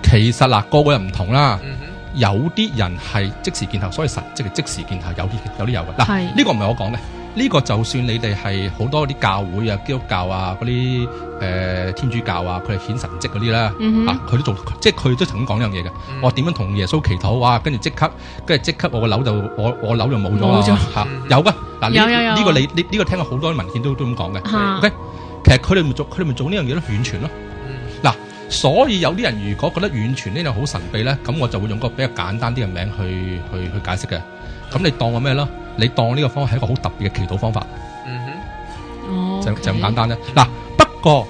S3: 其實嗱，個個人唔同啦。
S2: 嗯哼
S3: 有啲人係即時見效，所以實即係即時見效，有啲有啲有嘅。嗱，
S1: 係
S3: 呢個唔係我講嘅，呢、個就算你哋係好多啲教會啊、基督教啊、嗰啲誒天主教啊，佢哋顯神蹟嗰啲啦，
S1: 嗯哼
S3: 啊，佢都做，即係佢都曾經講呢樣嘢嘅。我點樣同耶穌祈禱啊？跟住即刻，跟住即刻我個樓就我我樓就冇咗啦
S1: 冇咗
S3: 嚇
S2: 嗯，
S3: 有嘅。嗱，
S1: 有有有
S3: 呢呢個你呢呢個聽過好多文件都都咁講嘅。
S1: 嚇
S3: OK，其實佢哋咪做佢哋咪做呢樣嘢咯，遠傳咯。
S2: 嗯
S3: 所以有啲人如果覺得遠傳呢樣好神秘呢，咁我就會用個比較簡單啲嘅名去去去解釋嘅。咁你當我咩咯？你當呢個方法係一個好特別嘅祈禱方法，
S2: 嗯哼
S1: 哦
S3: 就
S1: OK
S3: 就咁簡單啫。嗱，不過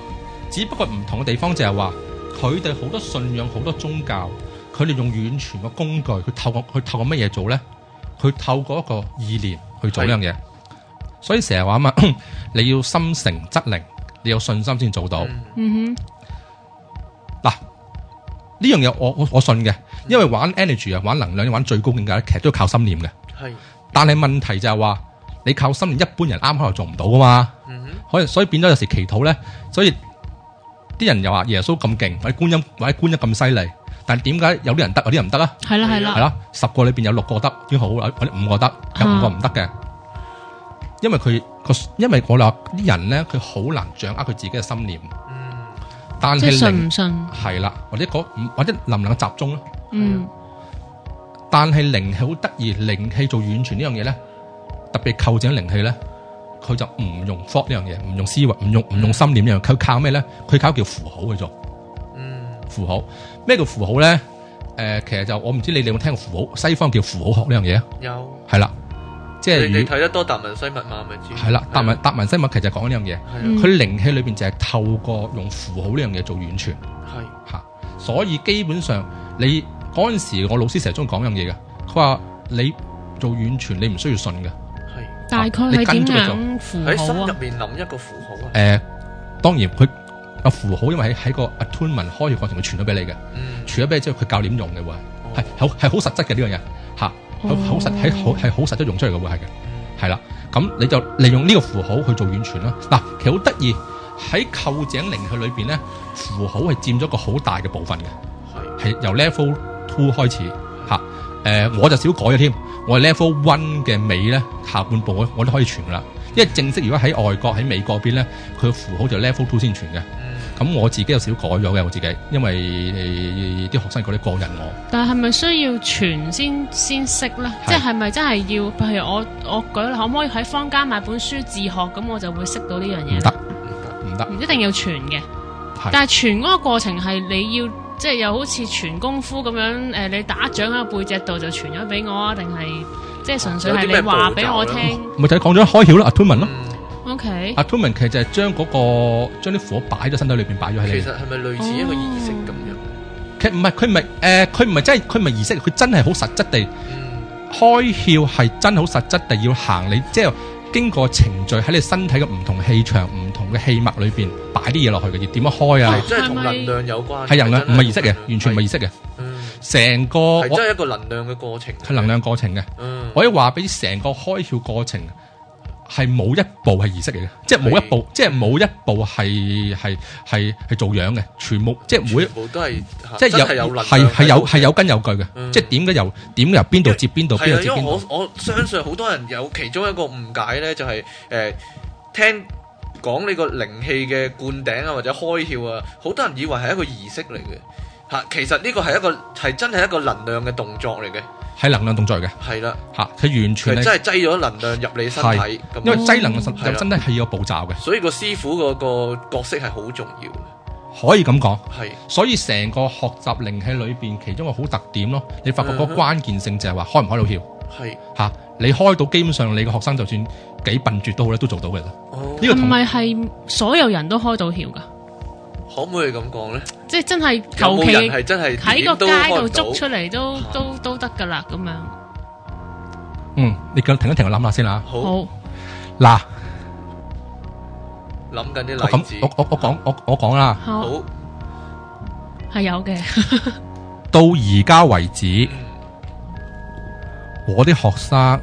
S3: 只不過唔同嘅地方就係話，佢哋好多信仰、好多宗教，佢哋用遠傳嘅工具，佢透過佢透過乜嘢做呢？佢透過一個意念去做呢樣嘢。所以成日話啊嘛， 你要心誠則靈，你有信心先做到。
S2: 嗯
S1: 嗯
S3: 呢樣嘢我我我信嘅，因為玩 energy 啊，玩能量，玩最高境界咧，其實都要靠心念嘅。
S2: 係
S3: 但係問題就係話，你靠心念，一般人啱開頭做唔到噶嘛，
S2: 嗯哼
S3: 可能所以變咗有時祈禱咧，所以啲人又話耶穌咁勁，或者觀音或者觀音咁犀利，但係點解有啲人得，有啲人唔得啊？
S1: 哼，係啦係
S3: 係
S1: 啦，
S3: 啦，十個裏邊有六個得已經好啦，或者五個得，有
S1: 啊
S3: 五個唔得嘅，因為佢個因為我哋話啲人咧，佢好難掌握佢自己嘅心念，
S2: 嗯
S3: 但
S1: 即係
S3: 係靈
S1: 信唔信？
S3: 係啦，或者嗰或者能唔能夠集中咧？啊
S1: 嗯，
S3: 但係靈氣好得意，靈氣做遠傳呢樣嘢咧，特別扣正靈氣咧，佢就唔用 thought 呢樣嘢，唔用思維，唔用唔用心念呢樣，佢靠咩咧？佢靠叫符號去做
S2: 嗯
S3: 符號。咩叫符號咧？誒、其實就我唔知你哋有冇聽過符號，西方叫符號學呢樣嘢啊？
S2: 有
S3: 係啦，即係
S2: 你你
S3: 與
S2: 睇得啊多達文西密碼咪知
S3: 係啦，達文達文西文其實就講呢樣嘢，
S2: 係
S1: 嗯
S3: 佢靈氣裏邊就係透過用符號呢樣嘢做遠傳。
S2: 啊
S3: 嚇。所以基本上你嗰陣時，我老師成日中意講樣嘢嘅，佢話你做遠傳你唔需要信嘅。誒、
S2: 係係
S1: 大概
S3: 你
S1: 係點
S3: 跟足佢做
S1: 樣符
S2: 喺心
S1: 號
S2: 入
S1: 啊？
S2: 面諗一個符號啊
S3: 呃當然佢個符號，因為喺喺個 attunement 開嘅過程，佢傳咗俾你嘅，
S2: 嗯
S3: 傳咗俾你之後，佢教點用嘅喎，
S2: 哦
S3: 係係好係好實質嘅呢樣嘢嚇，好
S1: 哦
S3: 好實係好係好實質用出嚟嘅會係嘅，係啦。咁你就利用呢個符號去做遠傳啦。嗱，其實好得意喺扣井靈氣裏邊咧，符號係佔咗個好大嘅部分嘅。
S2: 係
S3: 係由 level two 開始嚇。誒、我就少改咗添，我係 level one 嘅尾咧，下半部我我都可以傳噶啦。因為正式如果喺外國喺美國嗰邊咧，佢嘅符號就 level two 先傳嘅。
S2: 嗯
S3: 咁我自己有少改咗嘅，我自己，因為呃誒啲、學生嗰啲過人我，
S1: 但係咪需要傳先先識咧？即係咪真係要？譬如我我舉例，可唔可以喺坊間買本書自學，咁我就會識到呢樣
S3: 唔
S1: 嘢？
S3: 得
S2: 唔得
S3: 唔得，
S1: 唔一定要傳嘅，
S3: 係
S1: 但係傳嗰個過程係你要即係又好似傳功夫咁樣誒、你打掌喺個背脊度就傳咗俾我啊？定係即係純粹係
S2: 有啲咩
S1: 你話俾我
S2: 步驟呢
S1: 聽
S3: 咪就係講咗開竅啦，阿 t u m a n 咯，
S2: 嗯
S1: ？O K，
S3: 阿 t u m a n 其實就係將嗰個將啲火擺咗身體裏邊，擺咗喺
S2: 其
S3: 你
S2: 實。係咪類似一個儀式咁樣？
S3: 其實唔係佢唔係誒，佢唔係真係佢唔係儀式，佢真係好實質地
S2: 嗯，
S3: 開竅係真係好實質地要行你，即係經過程序喺你身體嘅唔同氣場、唔同嘅氣脈裏邊擺啲嘢落去嘅，要點樣開啊？
S2: 係真係同
S1: 係咪
S2: 能量有關，
S3: 係能啊量唔係儀式嘅，完全唔係
S2: 啊係
S3: 儀式嘅，
S2: 嗯
S3: 成個
S2: 係
S3: 我
S2: 真係一個能量嘅過程。
S3: 係能量過程嘅。
S2: 嗯，
S3: 我可以話俾成個開竅過程係冇一步係儀式嚟嘅，即係冇一步，即係冇一步係係係係做樣嘅，全部即係每
S2: 全部都係
S3: 即
S2: 真
S3: 係
S2: 係有能
S3: 係
S2: 量
S3: 係有係有根有據嘅，
S2: 嗯
S3: 即係點嘅由點由邊度接邊度，邊
S2: 係
S3: 度
S2: 啊，
S3: 接
S2: 因為
S3: 邊度
S2: 我。我相信好多人有其中一個誤解咧，就係、誒、聽講呢個靈氣嘅灌頂啊，或者開竅啊，好多人以為係一個儀式嚟嘅嚇，其實呢個係一個係真係一個能量嘅動作嚟嘅，
S3: 係能量動作嚟嘅
S2: 係啦，
S3: 嚇，佢完
S2: 佢
S3: 全
S2: 真係
S3: 係
S2: 擠咗能量入你身體
S3: 係
S2: 咁
S3: 因為
S2: 樣，
S3: 擠能量
S1: 嗯
S2: 係啦
S3: 入身體係有步驟嘅，
S2: 所以個師傅嗰個角色係好重要嘅，
S3: 可以咁講。
S2: 係
S3: 所以成個學習靈氣裏邊，其中一個好特點咯，你發覺嗰
S2: 嗯
S3: 個
S2: 哼
S3: 關鍵性就係話開唔開到竅
S2: 係
S3: 嚇，你開到基本上你個學生就算幾笨拙都好咧，都做到嘅啦。
S2: 哦，
S3: 呢個
S1: 唔
S3: 同
S1: 係係所有人都開到竅㗎，
S2: 可唔可以咁講咧？
S1: 即係真係
S2: 有
S1: 求
S2: 冇人
S1: 其
S2: 係真係
S1: 喺個
S2: 點都
S1: 街
S2: 開
S1: 度
S2: 唔
S1: 捉出
S2: 到？
S1: 嚟都
S2: 嚇
S1: 都都得㗎啦，咁樣
S3: 嗯，你咁停一停，我諗下先啦。
S2: 好
S1: 好
S3: 嗱，
S2: 諗緊
S3: 我
S2: 啲例
S3: 咁
S2: 子，
S3: 我我我講我我講啦，
S1: 好
S2: 好
S1: 係有嘅，
S3: 到而家為止，
S2: 嗯
S3: 我啲學生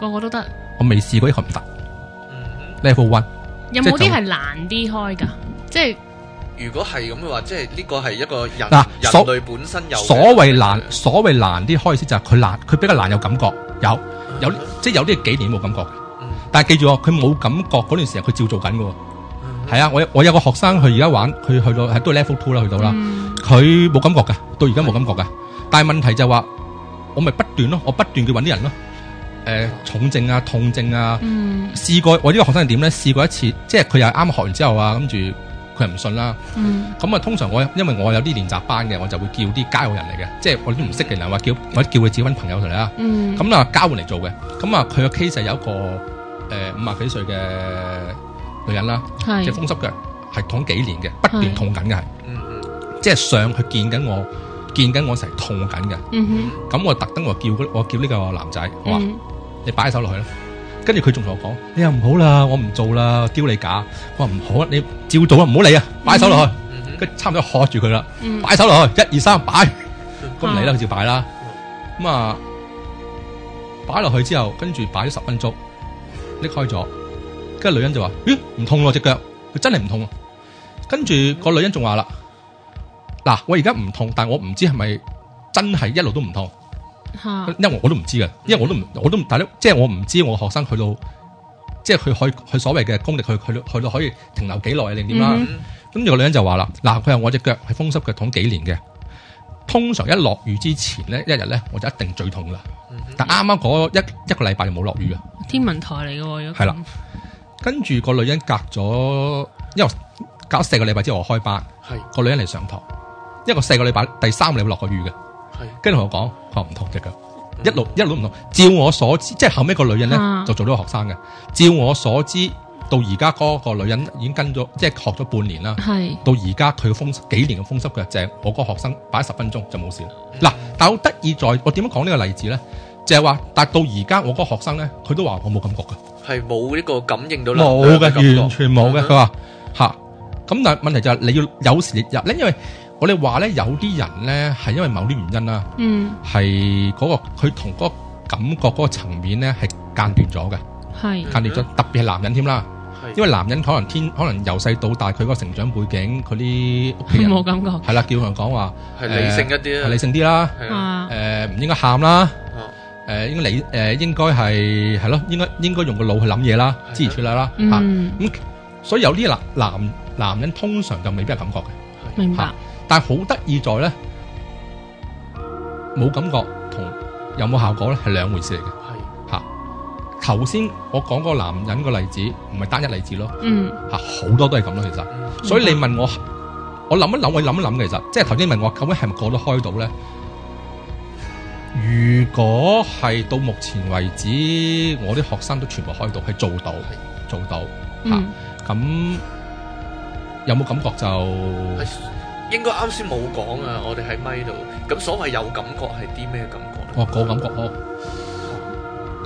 S1: 個個都得。
S3: 我未試過一個唔得
S2: 嗯。
S3: level one。
S1: 有冇
S3: 即
S1: 啲
S3: 係就
S1: 係難啲開㗎？即係
S2: 如果係咁嘅話，即係呢個係一個人
S3: 嗱
S2: 人
S3: 所
S2: 類本身有嘅
S3: 所謂難，所謂難啲開始就係佢難，佢比較難有感覺，有有即係有啲幾年冇感覺。
S2: 嗯
S3: 但係記住喎，佢冇感覺嗰段時間，佢照做緊嘅喎。
S2: 嗯
S3: 係啊，我有我有個學生，佢而家玩，佢去到係都 level two 啦，去到啦，
S1: 嗯
S3: 佢冇感覺㗎，到而家冇感覺㗎。但係問題就係話，我咪不斷咯，我不斷去揾啲人咯，誒、重症啊、痛症啊。
S1: 嗯
S3: 試過我呢個學生係點咧？試過一次，即係佢又係啱學完之後啊，跟住佢又唔信啦。
S1: 嗯
S3: 咁啊，通常我因為我有啲練習班嘅，我就會叫啲街外人嚟嘅，即係我啲唔識嘅人話叫我叫佢自己揾朋友嚟啦。
S1: 嗯
S3: 咁啊，交換嚟做嘅。咁啊，佢個 case 係有一個誒五廿幾歲嘅女人啦，即係
S1: 係
S3: 風濕腳，係痛幾年嘅，不斷
S1: 係
S3: 痛緊嘅係，
S2: 嗯
S3: 即係上去見緊我，見緊我成日痛緊嘅。
S1: 嗯
S3: 咁我特登我叫嗰我叫呢個男仔，我話。
S1: 哼
S3: 你擺手落去啦。跟住佢仲同我講：你又唔好啦，我唔做啦，丟你架。我話唔好啊，你照做啦，唔好理啊，擺手落去。
S2: 嗯嗯
S3: 跟住差唔多喝住佢啦，
S1: 嗯
S3: 擺手落去，一二三，擺。咁唔理啦，佢照擺啦。咁啊，擺落去之後，跟住擺咗十分鐘，拎開咗。跟住女人就話：咦，唔痛咯只腳，佢真係唔痛啊。跟住個女人仲話啦：嗱，我而家唔痛，但我唔知係咪真係一路都唔痛。
S1: 吓
S3: 因為我都唔知嘅，因為我都唔，我都唔，但係即係我唔知我學生去到，即係佢可以佢所謂嘅功力，佢去到去到可以停留幾耐定點啦。
S1: 嗯
S2: 哼
S3: 咁有個女人就話啦，嗱，佢話我隻腳係風濕腳痛幾年嘅，通常一落雨之前咧，一日咧我就一定最痛啦。
S2: 嗯哼
S3: 但啱啱嗰一一個禮拜就冇落雨啊。
S1: 天文台嚟嘅喎，如果咁
S3: 係啦，跟住個女人隔咗，因為隔咗四個禮拜之後我開班，
S2: 係
S3: 個女人嚟上堂，因為個四個禮拜第三個禮拜落過雨嘅，
S2: 係
S3: 跟住同我講，佢話唔痛隻腳。一路一路都唔同。照我所知，即係後尾個女人咧
S1: 啊
S3: 就做咗個學生嘅。照我所知，到而家嗰個女人已經跟咗，即係學咗半年啦。
S1: 係
S3: 到而家佢風濕幾年嘅風濕腳，就係我嗰個學生擺十分鐘就冇事啦。嗱，但好得意在我點樣講呢個例子咧？就係話，但到而家我嗰個學生咧，佢都話我冇感覺嘅，
S2: 係冇呢個感應到能
S3: 冇
S2: 量感覺
S3: 嘅，完全冇嘅。
S2: 嗯
S3: 佢話吓，咁但係問題就係你要有時入咧，因為我哋話咧有啲人咧係因為某啲原因啦。
S1: 嗯
S3: 係嗰、個佢同嗰個感覺嗰個層面咧係間斷咗嘅，
S1: 係
S3: 間斷咗，特別係男人添啦，
S1: 嗯
S2: 係
S3: 因為男人可能天可能由細到大佢嗰個成長背景，佢啲屋企人
S1: 冇感覺
S3: 係啦，叫佢講話
S2: 係理性一啲
S3: 係
S2: 啊，
S3: 理性啲啦，
S2: 係啊
S3: 誒、
S1: 啊
S3: 唔應該喊啦，
S2: 哦
S3: 誒、應該理誒、應該係係咯，應該應該用個腦去諗嘢啦，
S2: 係
S3: 諸如此類啦嚇，
S1: 嗯
S3: 所以有啲男男男人通常就未必有感覺嘅，
S2: 係
S1: 明白
S3: 但係好得意在咧冇感覺同有冇效果咧係兩回事嚟嘅。
S2: 係
S3: 吓。頭先我講嗰個男人個例子，唔係單一例子咯
S1: 嗯
S3: 吓、嚇好多都係咁咯，其實。所以你問我，我諗一諗，我諗一諗，其實即係頭先問我究竟係咪過得開到咧？如果係到目前為止，我啲學生都全部開到，係做到，做到嚇。
S1: 嗯
S3: 咁、有冇感覺就
S2: 應該啱先冇講啊，我哋喺咪度。咁所謂有感覺係啲咩感覺咧？
S3: 我、哦個感覺我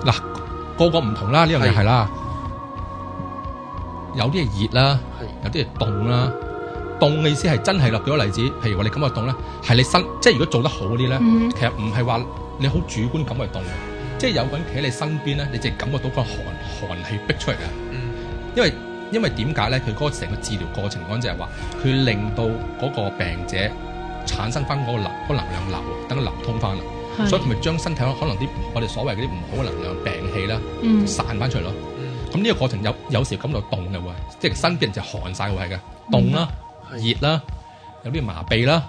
S3: 嗱個個唔同啦，呢樣嘢
S2: 係
S3: 係啦，有啲係熱啦。有啲係凍啦。凍嘅意思係真係立咗例子，譬如話你感覺凍咧，係你身即係如果做得好嗰啲咧，
S1: 嗯
S3: 其實唔係話你好主觀感覺係凍嘅，即係有個人企喺你身邊咧，你就感覺到個寒寒氣逼出嚟嘅。
S2: 係嗯
S3: 因為因為點解咧？佢嗰個成個治療過程嗰陣就係話，佢令到嗰個病者產生翻嗰個能嗰個能量流啊，等佢流通翻啦。
S1: 係
S3: 所以佢咪將身體可能啲我哋所謂嗰啲唔好嘅能量病氣啦，
S1: 嗯
S3: 散翻出嚟咯。
S2: 嗯
S3: 咁呢個過程有有時感到凍嘅喎，即係身邊人就寒晒會係嘅，凍啦、
S2: 嗯
S3: 熱啦，有啲麻痹啦，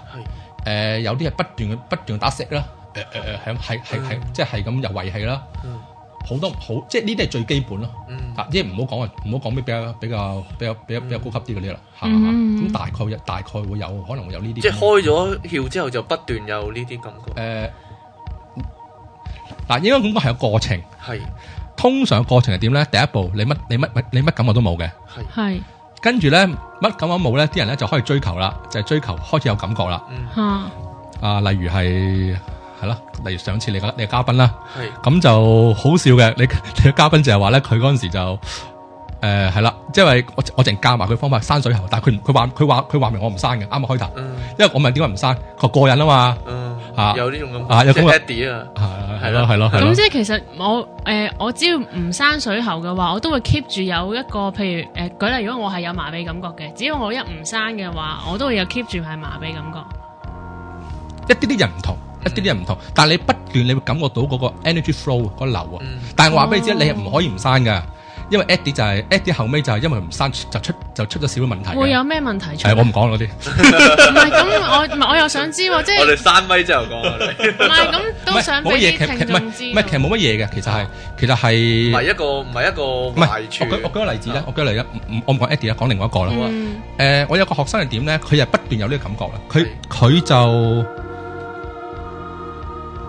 S2: 係
S3: 誒、有啲係不斷嘅不斷打嗝啦，誒誒誒係係係係即係咁又胃氣啦，
S2: 嗯
S3: 好多好即係呢啲係最基本咯。
S2: 嗯
S3: 啊，即係唔好講啊，唔好講咩比較比較比較比較比較高級啲嗰啲啦，嚇咁、
S1: 嗯嗯嗯
S3: 大概大概會有可能會有呢啲
S2: 即係開咗竅之後就不斷有呢啲感覺，
S3: 誒嗱，應該咁講係有過程。
S2: 係
S3: 通常嘅過程係點咧？第一步你乜你乜你乜感覺都冇嘅。
S2: 係
S1: 係
S3: 跟住咧，乜咁樣冇咧，啲人咧就開始追求啦，就係、追求開始有感覺啦。
S2: 嗯
S1: 嚇
S3: 啊，例如係係啦，例如上次你個你嘅嘉賓啦，
S2: 係
S3: 咁就好笑嘅。你 你嘅嘉賓就係話咧，佢嗰陣時就誒係啦，即係我我淨教埋佢方法生水喉，但係佢唔佢話佢話佢話明我唔生嘅，啱啱開頭，
S2: 嗯
S3: 因為我問點解唔生，佢話過癮啊嘛，啊
S2: 嗯有呢種感覺，
S3: 啊有
S2: 即
S3: 咁嘅
S2: 係 Eddie 啊，係
S3: 係係咯
S2: 啦
S3: 係咯係
S1: 咁
S3: 咯
S1: 即，係其實我诶、我只要唔生水喉嘅話，我都會 keep 住有一個，譬如诶、呃、举例，如果我係有麻痹感覺嘅，只要我一唔生嘅話，我都會有 keep 住係麻痹感覺。
S3: 一啲啲人唔同，一啲啲人唔同，但係你不斷你會感覺到嗰個 energy flow 嗰個流啊。
S2: 嗯
S3: 但係我話俾你知，
S1: 哦
S3: 你係唔可以唔刪噶，因為 Eddie 就係、Eddie 後尾就係因為唔刪就出就出咗少少問題嘅。
S1: 會有咩問題出
S3: 啊係我
S1: 嚟？
S3: 唔講嗰啲，
S1: 唔係咁，我唔係我又想知喎，即
S2: 我
S1: 係
S2: 哋閂咪之後講啊，你
S1: 唔係咁
S3: 唔
S1: 都
S3: 係
S1: 想
S3: 冇乜
S1: 俾
S3: 嘢，其
S1: 啲
S3: 實
S1: 聽
S3: 唔係
S1: 眾知
S3: 唔係其實冇乜嘢嘅，其實係其實
S2: 唔係
S3: 係
S2: 一個啊唔係一個
S3: 唔
S2: 壞
S3: 係？我舉我
S2: 處，啊
S3: 舉個例子啦，我舉個例啦，唔唔我唔講 Eddie 啦，講另外一個啦。誒、
S1: 嗯
S3: 我有個學生係點咧？佢係不斷有呢個感覺啦。佢佢就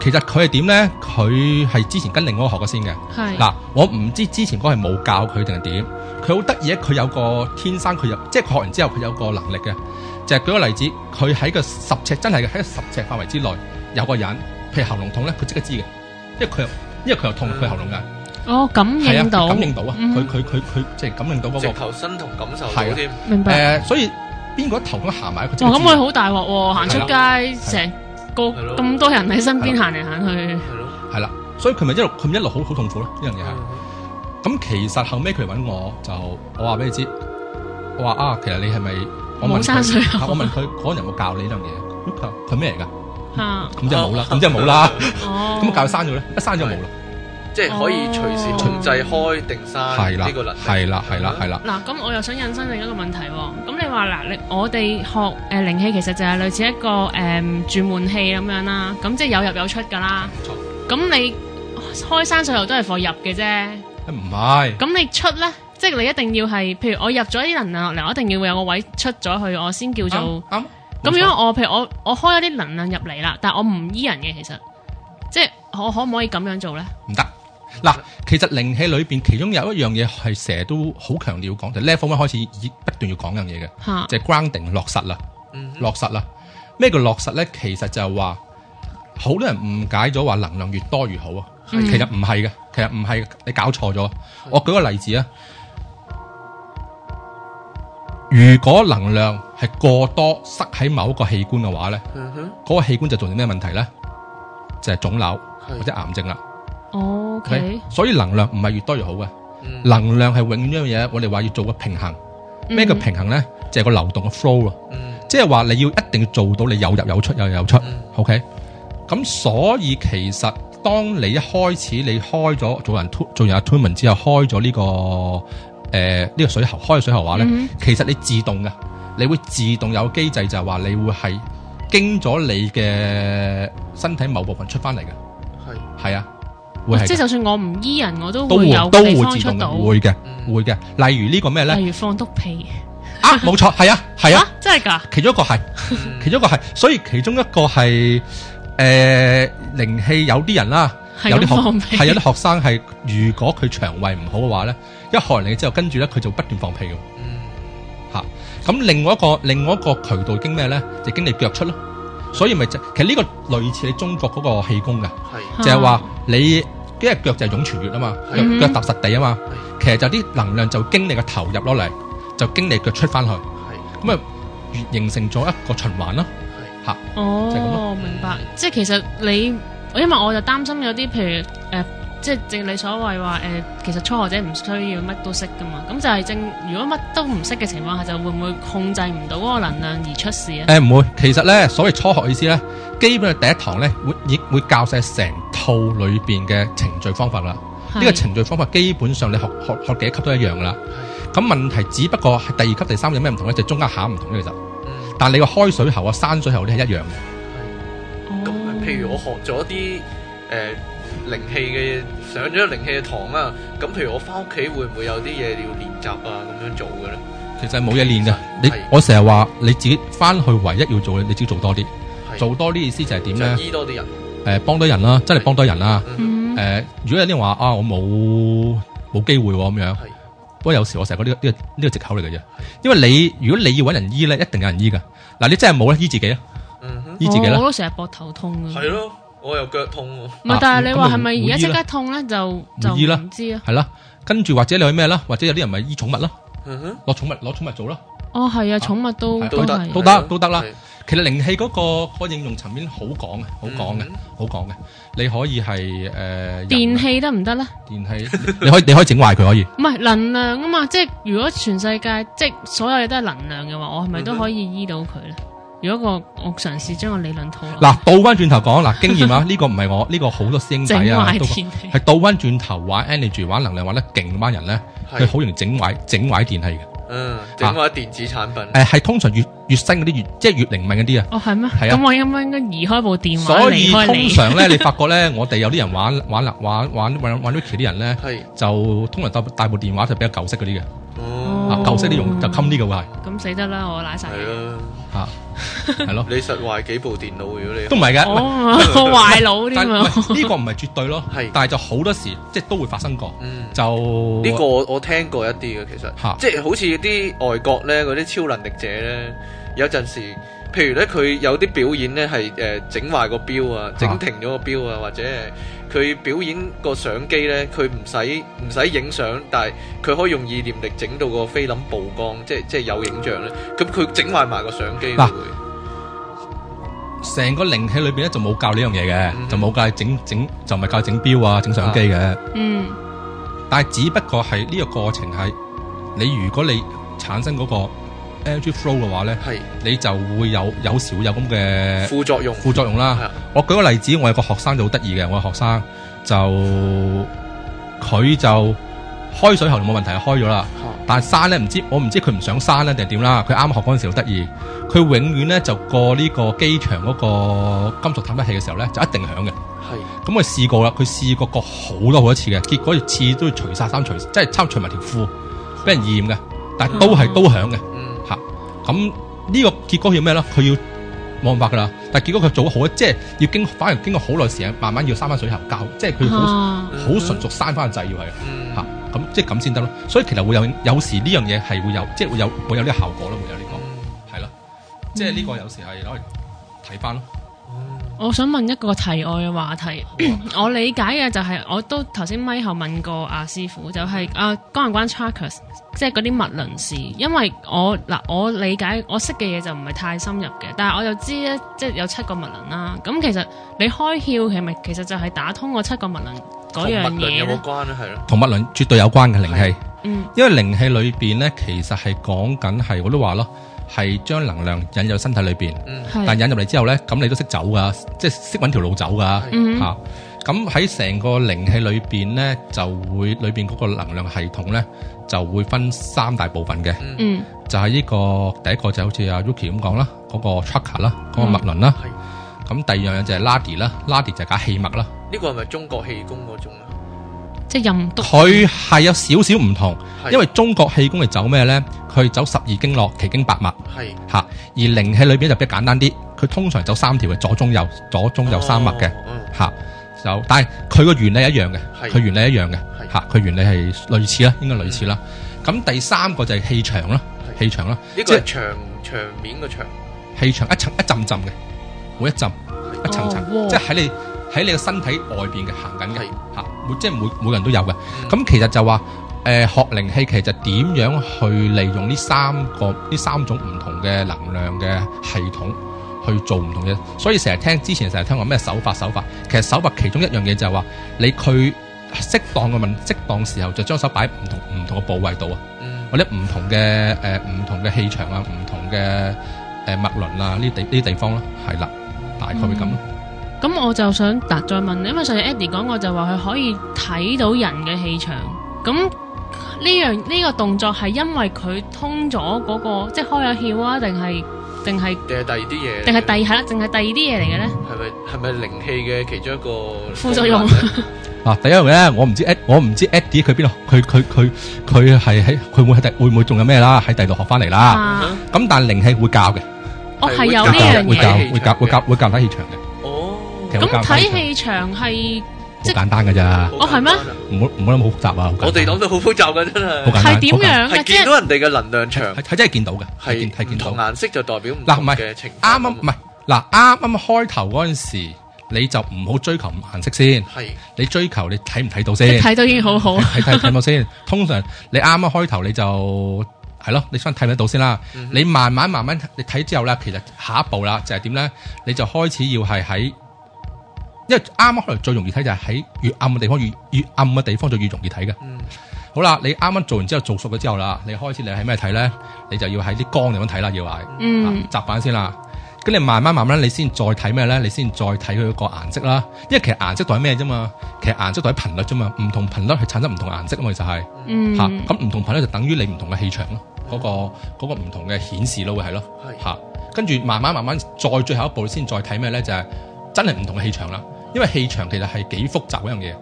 S3: 其實佢係點咧？佢係之前跟另外一個學過先嘅。
S1: 係
S3: 嗱，我唔知之前嗰係冇教佢定係點，佢好得意咧，啊佢有個天生佢有，即係佢學完之後佢有個能力嘅，就係、舉個例子，佢喺個十尺真係嘅喺個十尺範圍之內有個人，譬如喉嚨痛咧，佢即刻知嘅，因為佢又因為佢又痛佢喉嚨㗎，
S1: 哦感
S3: 係啊，
S1: 應
S3: 佢
S1: 到，
S3: 感應到啊，
S1: 嗯
S3: 佢佢佢佢即係感應到嗰、
S2: 直
S3: 個
S2: 頭身同感受到
S3: 係啊
S2: 添，
S1: 明白。
S3: 呃所以邊個頭咁行埋佢即
S1: 哇！
S3: 刻
S1: 哦咁
S3: 知
S1: 佢好大鑊喎，行出街
S3: 係
S1: 成個
S2: 係咯
S1: 咁多人喺身邊行嚟行去，
S2: 係咯，
S3: 係啦，所以佢咪一路佢咪一路好好痛苦咯，呢樣嘢係。咁其實後尾佢嚟揾我就我話俾你知，我話啊，其實你係咪我問
S1: 冇山水
S3: 佢，
S1: 喉
S3: 啊我問佢嗰個人有冇教你呢樣嘢？佢話佢咩嚟㗎？
S1: 嚇
S3: 咁即係冇啦，咁即係冇啦。
S1: 哦。
S3: 咁教佢刪咗咧，一刪咗冇啦。
S2: 即係可以隨時控制開定閂
S3: 係啦
S2: 呢個能，力，
S3: 係啦，係
S1: 嗯
S3: 啦，係啦。
S1: 嗱，咁我又想引申另一個問題喎。咁你話嗱，你我哋學誒、呃、靈氣其實就係類似一個誒、呃、轉換器咁樣啦，咁即係有入有出㗎啦。咁你開山水喉都係放入嘅啫，
S3: 唔係，
S1: 咁你出咧，即係你一定要係，譬如我入咗啲能量落嚟，我一定要有個位出咗去，我先叫做
S3: 啱。啱。
S1: 咁
S3: 冇錯
S1: 如果我譬如我我開咗啲能量入嚟啦，但我唔醫人嘅，其實即係我可唔可以咁樣做咧？
S3: 唔得嗱，其實靈氣裏邊其中有一樣嘢係成日都好強調講，就 level one 開始已不斷要講樣嘢嘅，
S1: 嚇，
S3: 就係 grounding 落實啦。
S2: 嗯哼
S3: 落實啦。咩叫落實呢？其實就係話好多人誤解咗話能量越多越好啊，
S1: 嗯
S3: 其實唔係嘅，其實唔係嘅，你搞錯咗。我舉個例子啊，如果能量係過多塞喺某一個器官嘅話呢，
S2: 嗯哼，
S3: 嗰、個器官就造成咩問題呢？就係腫瘤
S2: 係
S3: 或者癌症啦。
S1: O K，
S3: 所以能量唔係越多越好嘅，
S2: 嗯
S3: 能量係永遠一樣嘢，我哋話要做個平衡。
S1: 嗯
S3: 咩叫平衡呢？就係、個流動嘅 flow 啊。
S2: 嗯
S3: 即係話你要一定要做到你有入有出，有入有出。
S2: 嗯
S3: OK，咁所以其實當你一開始你開咗做人 tu- 做人 t u n m e n t 之後，開咗呢、個誒呢、個水喉，開咗水喉嘅話咧，
S1: 嗯
S3: 其實你自動嘅，你會自動有機制就係話你會係經咗你嘅身體某部分出翻嚟嘅，
S2: 係
S3: 係啊，會係
S1: 哦即係
S3: 嘅
S1: 就算我唔醫人，我都
S3: 都
S1: 會有
S3: 都
S1: 地
S3: 會
S1: 方
S3: 自
S1: 出
S3: 動
S1: 到。
S3: 嘅，會嘅
S2: 嗯
S3: 會嘅，例如呢個咩咧？
S1: 例如放督屁
S3: 啊，冇錯，係啊，係啊
S1: 啊，，真係㗎，
S3: 其中一個係，其中一個係，所以其中一個係誒靈氣有啲人啦，
S1: 係
S3: 有啲
S1: 咁放
S3: 學
S1: 屁，
S3: 係有啲學生係，如果佢腸胃唔好嘅話咧，一學完你之後，跟住咧佢就不斷放屁嘅。咁另外一個另外一個渠道經咩咧？就經你腳出咯。所以咪就其實呢個類似你中國嗰個氣功嘅，
S1: 啊
S3: 就係話你因為腳就係湧泉穴啊嘛，腳
S1: 嗯
S3: 腳踏實地啊嘛，其實就啲能量就經你個頭入落嚟，就經你腳出翻去，咁啊形成咗一個循環咯。就係咁
S1: 哦
S3: 咯，
S1: 明白。即係其實你，因為我就擔心有啲譬如誒、呃即係正你所謂話誒、呃其實初學者唔需要乜都識噶嘛。咁就係正，如果乜都唔識嘅情況下，就會唔會控制唔到嗰個能量而出事咧？
S3: 誒唔會，其實咧所謂初學意思咧，基本上第一堂咧會亦會教晒成套裏邊嘅程序方法啦。呢個
S1: 係
S3: 程序方法基本上你學學學幾多級都一樣噶啦。咁問題只不過係第二級、第三級有咩唔同咧？就中間考唔同啫，其實。但你個開水喉啊、山水喉呢係一樣嘅。
S1: 哦
S2: 咁譬如我學咗啲誒靈氣嘅上咗靈氣嘅堂啊，咁譬如我翻屋企會唔會有啲嘢要練習啊咁樣做嘅咧？
S3: 其實係冇嘢練嘅。你
S2: 係
S3: 我成日話你自己翻去唯一要做嘅，你自己做多啲。
S2: 係
S3: 做多啲意思就係點咧
S2: 就？醫多啲人，
S3: 誒，幫多人啦，真係幫多人啦。
S1: 嗯
S3: 誒，呃如果有啲人話啊，我冇冇機會喎咁樣，
S2: 係
S3: 不過有時我成日覺得呢個呢個呢個藉口嚟嘅啫。因為你如果你要揾人醫咧，一定有人醫㗎。嗱，你真係冇咧，醫自己啊，
S1: 哦
S2: 嗯哼，
S3: 醫自己
S1: 我
S3: 啦
S1: 我。都成日膊頭痛㗎。
S2: 係咯，我又腳痛喎，
S1: 唔係，但係你話係
S3: 啊咁咪
S1: 咪而家
S3: 會醫
S1: 即
S3: 啦
S1: 刻痛咧？就就
S3: 醫啦
S1: 唔知啊。
S3: 係啦，跟住或者你去咩啦？或者有啲人咪醫寵物啦，
S2: 嗯哼，
S3: 攞寵物攞寵物做啦。
S1: 哦，係啊，寵物都
S3: 係
S1: 都
S3: 得
S1: 係啊
S3: 都
S2: 係啊
S3: 得
S2: 咯
S3: 都得啦
S2: 係
S3: 其實靈氣嗰、個嗰個應用層面好廣嘅，好廣嘅
S2: 嗯，
S3: 好廣嘅。你可以係誒、呃、
S1: 電器得唔得咧？
S3: 人電器，你你可以你可以整壞佢可以。
S1: 唔係能量啊嘛，即係如果全世界即係所有嘢都係能量嘅話，我係咪都
S2: 嗯哼
S1: 可以醫到佢咧？如果個我嘗試將個理論套落，
S3: 嗱，倒翻轉頭講嗱，經驗啊，呢個唔係我，呢、個好多師兄
S1: 整
S3: 弟啊，
S1: 壞
S3: 都
S1: 電器
S3: 係倒翻轉頭玩 energy 玩能量玩得勁嗰班人咧，佢
S2: 係，
S3: 好容易整壞整壞電器嘅。誒、
S2: 嗯，整下電子產品，
S3: 係通常越越新嗰啲越即係越靈敏嗰啲啊。
S1: 哦係咩？
S3: 係啊
S1: 咁我應唔應該移開部電話
S3: 所
S1: 離
S3: 以
S1: 開
S3: 通
S1: 你？
S3: 常咧，你發覺咧， 我哋有啲人玩玩玩玩玩玩 Wiki 啲人咧，
S2: 係，
S3: 就通常帶帶部電話就比較舊式嗰啲嘅，啊
S1: 哦
S2: 哦，
S3: 舊式啲用就襟啲嘅會係
S1: 咁死得啦，我賴晒。
S2: 係啊啦，
S3: 嚇，係咯。
S2: 你實壞幾部電腦如果你
S3: 都唔係嘅，
S1: 我
S3: 唔係
S1: 哦我壞腦
S3: 但
S1: 添
S3: 唔
S1: 啊！
S3: 係呢個唔係絕對咯
S2: 係，
S3: 但係就好多時即係都會發生過，
S2: 嗯。
S3: 就
S2: 呢個我我聽過一啲嘅，其實、
S3: 嚇
S2: 即係好似啲外國咧嗰啲超能力者咧，有陣時，譬如咧佢有啲表演咧係誒整壞個錶啊，整停咗個錶啊，或者係佢表演個相機咧，佢唔使唔使影相，但係佢可以用意念力整到個菲林曝光，即係即係有影像咧。咁佢整壞埋個相機
S3: 嗱
S2: 都會
S3: 成個靈氣裏邊咧就冇教呢樣嘢嘅，
S2: 嗯
S3: 就冇教你整整就唔係教你整錶啊、整相機嘅，
S1: 嗯，
S3: 但係只不過係呢個過程係你如果你產生嗰個 energy flow 嘅話咧，
S2: 係
S3: 你就會有有時會有咁嘅
S2: 副作用，
S3: 副作用
S2: 係
S3: 啦
S2: 啊。
S3: 我舉個例子，我有個學生就好得意嘅，我有學生就佢就開水喉冇問題，開咗啦。
S2: 嚇
S3: 但係生咧唔知，我唔知佢唔想生咧定係點啦。佢啱學嗰陣時好得意，佢永遠咧就過呢個機場嗰個金屬探測器嘅時候咧就一定響嘅。
S2: 係
S3: 咁我試過啦，佢試過過好多好多次嘅，結果次都要除晒衫除，即係差唔多除埋條褲，俾人驗嘅，但係都係都響嘅。
S2: 嗯
S3: 咁呢個結果要咩咧？佢要冇辦法噶啦，但係結果佢做得好即係要經反而經過好耐時間，慢慢要生翻水喉膠，即係佢好
S1: 啊
S2: 嗯
S3: 好純熟生翻個掣要係。
S2: 嗯
S3: 吓咁即係咁先得咯。所以其實會有有時呢樣嘢係會有，即係會有會有呢個效果咯，會有呢、個係咯。即係呢個有時係攞嚟睇翻咯。
S1: 我想問一個題外嘅話題。
S2: 嗯
S1: 我理解嘅就係、我都頭先咪後問過阿、師傅，就係、啊關唔關 trackers，即係嗰啲物輪事？因為我嗱我理解我識嘅嘢就唔係太深入嘅，但係我就知咧，即係有七個物輪啦。咁其實你開竅係咪其實就係打通嗰七個物輪嗰樣
S2: 同物論
S1: 嘢
S2: 有
S1: 咧
S2: 冇？關咧？係咯，
S3: 同物論絕對有關嘅靈氣，
S1: 嗯
S3: 因為靈氣裏邊咧其實係講緊係我都話咯，係將能量引入身體裏邊，
S2: 嗯
S1: 係
S3: 但引入嚟之後咧，咁你都識走噶，即係識揾條路走噶
S2: 係
S1: 嗯
S3: 嚇。咁喺成個靈氣裏邊咧，就會裏邊嗰個能量系統咧就會分三大部分嘅。
S2: 嗯
S1: 嗯
S3: 就係呢、個第一個就好似阿 Yuki 咁講啦，嗰、個 tracker 啦，嗰、個脈輪啦。
S2: 係
S3: 咁第二樣嘢就係 Ladi 啦，Ladi 就係架氣脈啦。
S2: 呢個係咪中國氣功嗰種啊？
S1: 即係任督。
S3: 佢係有少少唔同，
S2: 係
S3: 因為中國氣功係走咩呢？佢走十二經絡、奇經八脈
S2: 係
S3: 嚇，而靈氣裏邊就比較簡單啲，佢通常走三條嘅左中右、左中右三脈嘅，
S2: 哦
S3: 嚇。就但係佢個原理一樣嘅，
S2: 係
S3: 佢原理一樣嘅
S2: 係
S3: 嚇，佢原理係類似啦，應該類似啦。咁第三個就係氣場啦，
S2: 係
S3: 氣場啦，
S2: 呢個係長長面嘅長，
S3: 氣場一層一浸浸嘅，每一浸一層層，
S1: 哦哇
S3: 即係喺你喺你個身體外邊嘅行緊嘅
S2: 係
S3: 嚇，每即係每每個人都有嘅。咁其實就話誒、呃、學靈氣其實點樣去利用呢三個呢三種唔同嘅能量嘅系統去做唔同嘅，所以成日聽之前成日聽話咩手法手法，其實手法其中一樣嘢就係話你佢適當嘅問適當時候就將手擺唔同唔同嘅部位度啊，
S2: 嗯
S3: 或者唔同嘅誒唔同嘅氣場啊，唔同嘅誒脈輪啊呢地呢地方咯，係啦，大概會咁咯。
S1: 咁我就想嗱再問你，因為上次 Eddie 講過就話佢可以睇到人嘅氣場，咁呢樣呢個動作係因為佢通咗嗰、個即係開咗竅啊，定係定係
S2: 定係第二啲嘢，
S1: 定係第係啦，定係第二啲嘢嚟嘅咧？
S2: 係咪係咪靈氣嘅其中一個
S1: 副作用
S2: 功能呢
S3: 嗱，啊第一樣咧，我唔知 Ed，我唔知 Eddie 佢邊度，佢佢佢佢係喺佢會喺第會唔會仲有咩啦？喺第度學翻嚟啦。
S1: 啊，
S3: 咁但係靈氣會教嘅，
S1: 我係有呢
S3: 會教
S1: 樣
S3: 會教
S1: 嘢。
S3: 會教會教會教睇氣場嘅，
S2: 哦，
S3: 其實
S1: 咁
S3: 會教
S1: 睇氣場係即
S3: 好簡單㗎咋，
S2: 好
S1: 哦係咩
S2: 簡單啊
S3: 唔好唔好諗好複雜啊。好簡單
S2: 我哋諗得好複雜㗎，真係
S3: 好簡單
S1: 係點樣嘅？
S2: 係
S1: 即
S2: 見
S1: 係
S2: 到人哋嘅能量場
S3: 係係真係見到嘅，係見
S2: 係
S3: 係
S2: 唔
S3: 見到
S2: 同。啊顏色就代表唔
S3: 嗱
S2: 同
S3: 唔係
S2: 嘅情況
S3: 啱啱唔係嗱，啱啱開頭嗰陣時，你就唔好追求顏色先，
S2: 係
S3: 你追求你啊睇唔睇到
S1: 你
S3: 先。
S1: 睇到已經好 好。
S3: 睇睇睇到先。通常你啱啱開頭你就係咯，你想睇唔睇到先啦。你慢慢慢慢你睇之後啦，其實下一步啦就係點咧？你就開始要係喺，因為啱啱開頭最容易睇就係喺越暗嘅地方越越暗嘅地方就越容易睇嘅。
S2: 嗯
S3: 好啦，你啱啱做完之後做熟咗之後啦，你開始你係咩睇咧？你就要喺啲光地方睇啦，要係
S1: 嗯
S3: 啊，集板先啦。跟住慢慢慢慢，你先再睇咩咧？你先再睇佢個顏色啦。因為其實顏色代表咩啫嘛？其實顏色代表頻率啫嘛。唔同頻率係產生唔同顏色啊嘛，其實係。
S1: 嗯，
S3: 吓，咁唔同頻率就等於你唔同嘅氣場咯，嗰、個嗰、個唔同嘅顯示咯，會係咯
S2: 係
S3: 吓，跟住慢慢慢慢再最後一步先再睇咩咧，就係、真係唔同嘅氣場啦。因為氣場其實係幾複雜嗰樣嘢，誒、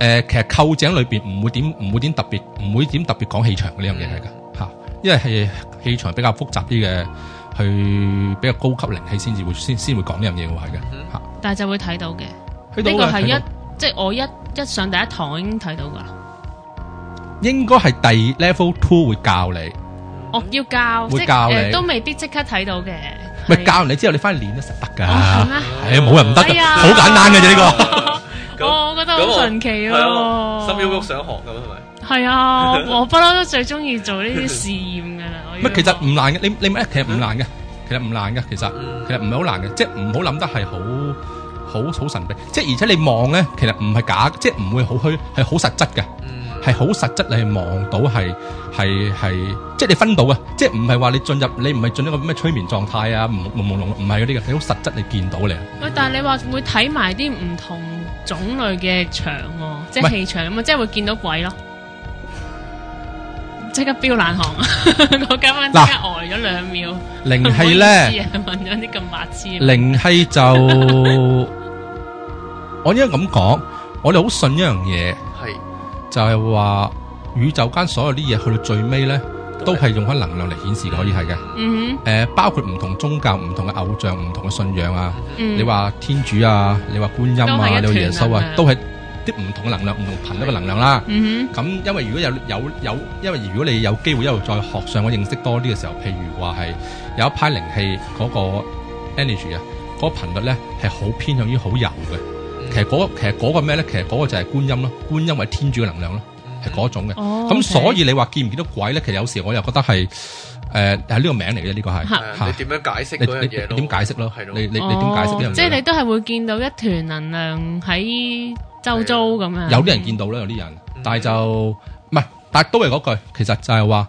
S3: 呃其實構井裏邊唔會點唔會點特別唔會點特別講氣場呢樣嘢
S1: 嗯
S3: 係㗎吓，因為係氣場比較複雜啲嘅，去比較高級靈氣先至會先先會講呢樣嘢會係嘅
S2: 嗯
S3: 吓。
S1: 但係就會睇到嘅。呢
S3: 去到
S1: 個係
S3: 去到
S1: 一即係我一一上第一堂已經睇到㗎啦。
S3: 應該係第 level two 會教你。
S1: 哦，要教，
S3: 會
S1: 即
S3: 教
S1: 誒
S3: 你
S1: 都未必即刻睇到嘅。
S3: 咪
S1: 係
S3: 教完你之後，你翻去練都實得㗎。
S1: 哦係咩？
S3: 係啊，冇人唔得
S1: 哎
S3: 㗎，
S1: 呀
S3: 好簡單嘅啫呢
S2: 咁
S1: 哦我覺得好神奇喎
S2: 係啊心喐喐想學咁係咪？
S1: 係啊，我不嬲都最中意做呢啲試驗㗎啦。我
S3: 個。
S1: 要
S3: 乜其實唔難嘅，你你咪其實唔難嘅，其實唔難嘅，其實
S2: 嗯
S3: 其實唔係好難嘅，即係唔好諗得係好好好神秘，即係而且你望咧，其實唔係假，即係唔會好虛，係好實質嘅，
S2: 嗯
S3: 係好實質，你係望到係係係，即係你分到嘅，即係唔係話你進入你唔係進入一個咩催眠狀態啊，朦朦朧唔係嗰啲嘅，你好實質你見到你。
S1: 喂，但係你話會睇埋啲唔同種類嘅場喎，即
S3: 唔係
S1: 係氣場咁啊，即係會見到鬼咯。即刻飆冷汗， 我今晚即刻呆咗兩秒。
S3: 靈氣
S1: 唔
S3: 咧。
S1: 好意思啊，問咗啲咁白痴嘅。
S3: 靈氣就我應該咁 講，我哋好信一樣嘢，
S2: 係
S3: 就係話宇宙間所有啲嘢去到最尾呢，都係用翻能量嚟顯示嘅，可以係嘅。
S1: 嗯
S3: 誒、呃包括唔同宗教、唔同嘅偶像、唔同嘅信仰啊，
S1: 哼，嗯
S3: 你話天主啊，你話觀音
S1: 都係一
S3: 啊，你話耶穌
S1: 團能
S3: 啊
S1: 量，
S3: 都係啲唔同嘅能量、唔同頻率嘅能量啦。
S1: 嗯
S3: 咁因為如果有有有，因為如果你有機會一路再學上，我認識多啲嘅時候，譬如話係有一派靈氣嗰個 energy 啊，嗰、個頻率咧係好偏向於好柔
S1: 嗯
S3: 嘅。其實嗰、其實嗰個咩咧？其實嗰個就係觀音咯，觀音或者天主嘅能量咯，
S2: 嗯
S3: 係嗰種嘅。
S1: 哼，哦，
S3: 咁
S1: OK
S3: 所以你話見唔見到鬼咧？其實有時我又覺得係誒係呢個名嚟嘅，呢、個係
S1: 嚇
S2: 係啊
S3: 嚇
S2: 你點樣解釋
S3: 你
S2: 嗰
S3: 你
S2: 樣嘢咯？
S3: 你點解釋咯
S2: 係？咯
S3: 你你你點解釋呢樣嘢
S1: 哦
S3: 呢？
S1: 即係你都係會見到一團能量喺周遭咁樣。
S3: 有啲人見到啦，有啲人，但係就唔係，但係都係嗰句，其實就係話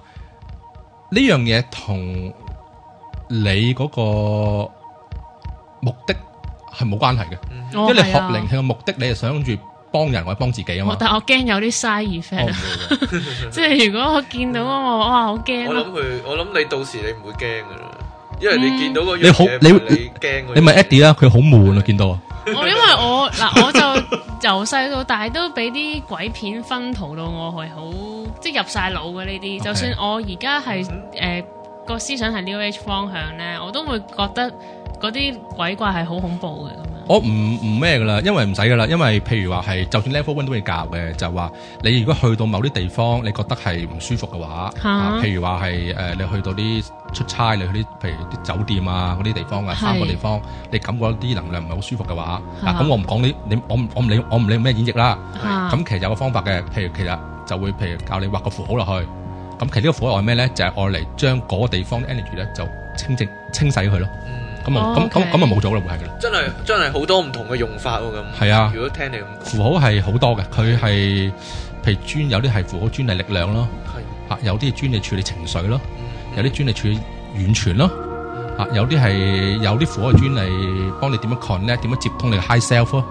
S3: 呢樣嘢同你嗰個目的係冇關係
S2: 嗯
S3: 嘅，
S1: 哦，
S3: 因為你
S1: 係
S3: 學
S1: 啊
S3: 靈氣嘅目的，你係想住幫人或者幫自己啊
S1: 我
S3: 嘛。哦
S1: 但我驚有啲 side
S3: 我唔
S1: effect，啊
S3: 會嘅
S1: 即係如果我見到我哇好驚
S2: 我
S1: 啊
S2: 諗！佢，我諗你到時你唔會驚噶啦，因為你見到嗰樣
S3: 嗯你好
S2: 嘢唔係
S3: 你
S2: 你驚嗰樣嘢，
S3: 你咪 Eddie 啦，佢好悶啊，見到啊，
S1: 我因為我嗱我就 由細到大都俾啲鬼片熏陶到我係好，即係入晒腦嘅呢啲。
S3: OK
S1: 就算我而家係誒個思想係 New Age 方向咧，我都會覺得嗰啲鬼怪係好恐怖嘅咁樣。
S3: 我唔唔咩噶啦，因為唔使噶啦，因為譬如話係，就算 level one 都會教嘅，就話你如果去到某啲地方，你覺得係唔舒服嘅話，
S1: 嚇
S3: 啊譬如話係誒，你去到啲出差，你去啲譬如啲酒店啊嗰啲地方啊，
S1: 係
S3: 三個地方，你感覺啲能量唔係好舒服嘅話，
S1: 嚇
S3: 嗱咁我唔講你，你我唔我唔理我唔理咩演繹啦，
S1: 嚇
S3: 咁其實有個方法嘅，譬如其實就會譬如教你畫個符號落去，咁其實呢個符號係咩咧？就係愛嚟將嗰個地方嘅 energy 咧就清淨清洗佢咯，
S2: 嗯，
S3: 咁啊
S1: 哦
S3: 咁咁
S1: OK
S3: 咁啊冇咗啦，會係噶啦，
S2: 真係真係好多唔同嘅用法喎咁。
S3: 係啊。
S2: 如果聽你咁講，
S3: 符號係好多嘅，佢係譬如專有啲係符號專係力量咯，
S2: 係
S3: 嚇有啲係專係處理情緒咯，
S2: 嗯
S3: 有啲專係處理完全咯，嚇有啲係有啲符號係專係幫你點樣 connect，點樣接通你嘅 high self 咯。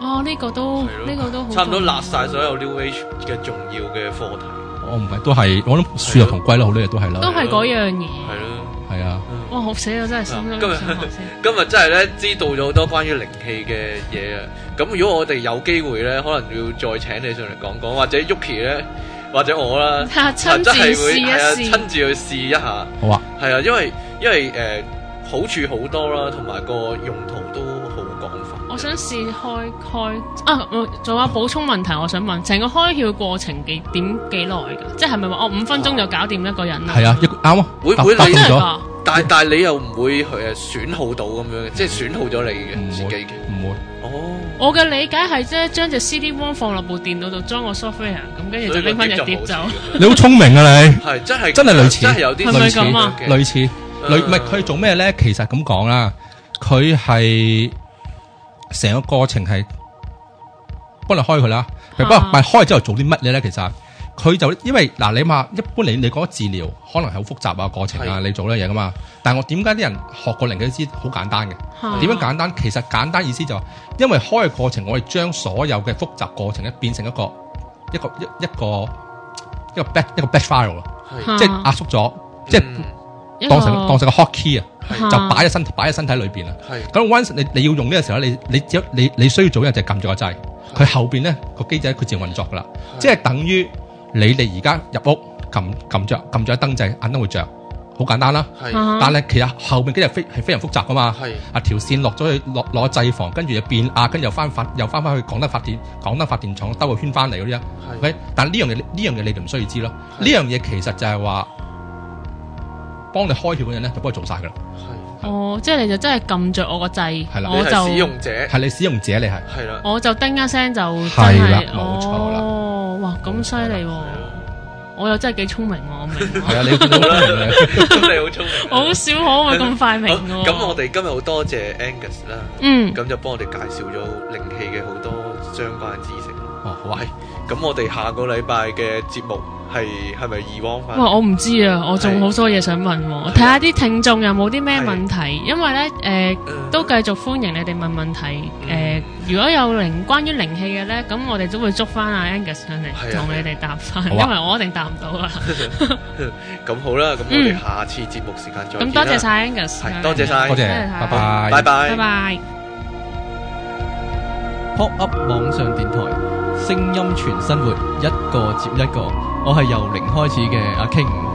S1: 哦，呢個都
S2: 係咯
S1: 呢個都好
S2: 差唔多
S1: 重要
S2: 揦晒所有 New Age 嘅重要嘅課題，
S3: 我唔係都係，我諗樹有同歸啦，好多嘢都係
S1: 都
S3: 啦，
S1: 係嗰樣嘢。
S2: 係咯。
S3: 係啊，
S2: 嗯
S1: 哇！好死我真係心
S2: 啊
S1: 都
S2: 今日
S1: 想 學先。
S2: 今日真係咧知道咗好多關於靈氣嘅嘢啊！咁如果我哋有機會咧，可能要再請你上嚟講講，或者 Yuki 咧，或者我啦，
S1: 嚇啊親
S2: 啊真
S1: 自
S2: 係
S1: 試
S2: 會係啊，
S1: 一試
S2: 親自去試一下。
S3: 好啊，
S2: 係啊，因為因為誒、呃好處好多啦，同埋個用途都好廣泛。
S1: 我想試開開啊！我仲有補充問題，我想問成個開竅過程幾點幾耐㗎？即係咪話我五分鐘就搞掂一個人啦？
S3: 係啊，一啱啊，
S2: 會
S3: 答
S2: 會
S3: 答
S2: 你
S3: 中
S1: 真係
S3: 咗，
S1: 㗎？
S2: 但
S3: 嗯
S2: 係但係你又唔會誒、呃、損耗到咁樣嘅，即係損耗咗你
S3: 唔
S2: 嘅自己
S3: 會
S2: 嘅。
S3: 唔會。
S2: 哦，
S1: 我嘅理解係啫，將隻 CD ROM 放落部電腦度裝個 software，咁跟住就拎翻隻碟走。
S3: 你好聰明啊你！
S2: 係真係
S3: 真係類似
S2: 真係有啲
S1: 係咪咁啊
S2: 嘅
S3: 類似呃
S2: 嗯
S3: 類唔係佢做咩咧？其實咁講啦，佢係成個過程係幫你開佢啦。佢幫
S1: 啊
S3: 唔係開之後做啲乜嘢咧？其實佢就因為嗱，你嘛一般你你講治療可能係好複雜啊過程啊，
S2: 係
S3: 你做呢樣嘢噶嘛。但係我點解啲人學過靈氣都知好簡單嘅？
S1: 嚇
S3: 點樣？簡單？其實簡單意思就係因為開嘅過程，我哋將所有嘅複雜過程咧變成一個一個一一個一個 batch 一個 batch file 啊咯，
S2: 係
S1: 嚇
S3: 即係壓縮咗，即係。
S2: 啊嗯
S1: 一個
S3: 當成當成個 hot key 啊，
S1: 嚇
S3: 就擺喺身擺喺身體裏邊啊。
S2: 係
S3: 咁 once 你你要用呢個時候咧，你你只有你你需要做嘅就係撳住個掣，佢後邊咧個機制佢自然運作噶啦，即係等於你哋而家入屋撳撳着撳咗燈掣，眼燈會着，好簡單啦。
S2: 係
S1: 嚇
S3: 但係其實後邊機制非係非常複雜噶嘛，
S2: 係
S3: 啊條線落咗去落落制房，跟住又變壓，跟住又翻發又翻翻去港燈發電港燈發電廠兜個圈翻嚟嗰啲啊。
S2: 係
S3: OK，但呢樣嘢呢樣嘢你哋唔需要知咯。
S2: 係
S3: 呢樣嘢其實就係話幫你開竅嗰人咧，就幫你做晒噶啦。
S2: 係，
S1: 哦，即係你就真係撳着我個掣，
S3: 係
S2: 你
S3: 啦
S1: 我
S2: 係使
S1: 就
S2: 用者
S3: 係你使用者，你係
S2: 係啦。
S1: 我就叮一聲就真
S3: 係啦
S1: 係
S3: 冇錯啦
S1: 哦，哇，咁犀利喎！我又真係幾聰明喎，我明喎。
S3: 係啊，你見到啦。
S2: 咁 你好聰明啊。
S1: 好少可會咁快明
S2: 好
S1: 喎。
S2: 咁我哋今日好多謝 Angus 啦，
S1: 嗯，
S2: 咁就幫我哋介紹咗靈氣嘅好多相關知識。
S3: 哦，好啊，
S2: 咁我哋下個禮拜嘅節目係係咪二汪翻
S1: 哇，？我唔知啊，我仲好多嘢想問喎，睇下啲聽眾有冇啲咩問題，因為咧誒。
S2: 嗯
S1: 都繼續歡迎你哋問問題，誒、如果有靈關於靈氣嘅咧，咁我哋都會捉翻阿 Angus 上嚟
S2: 係啊
S1: 同你哋答翻，
S3: 好
S1: 因
S3: 啊
S1: 為我一定答唔到啊。
S2: 咁好啦，咁我哋
S1: 嗯
S2: 下次節目時間再見
S1: 咁
S2: 啦
S1: 多謝，晒 Angus，
S2: 係多謝，晒，
S3: 多謝，
S1: 真係
S3: 拜
S2: 好拜
S3: 拜，
S2: 拜
S1: 拜。拜。
S4: Pop Up 網上電台，聲音全生活，一個接一個。我係由零開始嘅阿 King。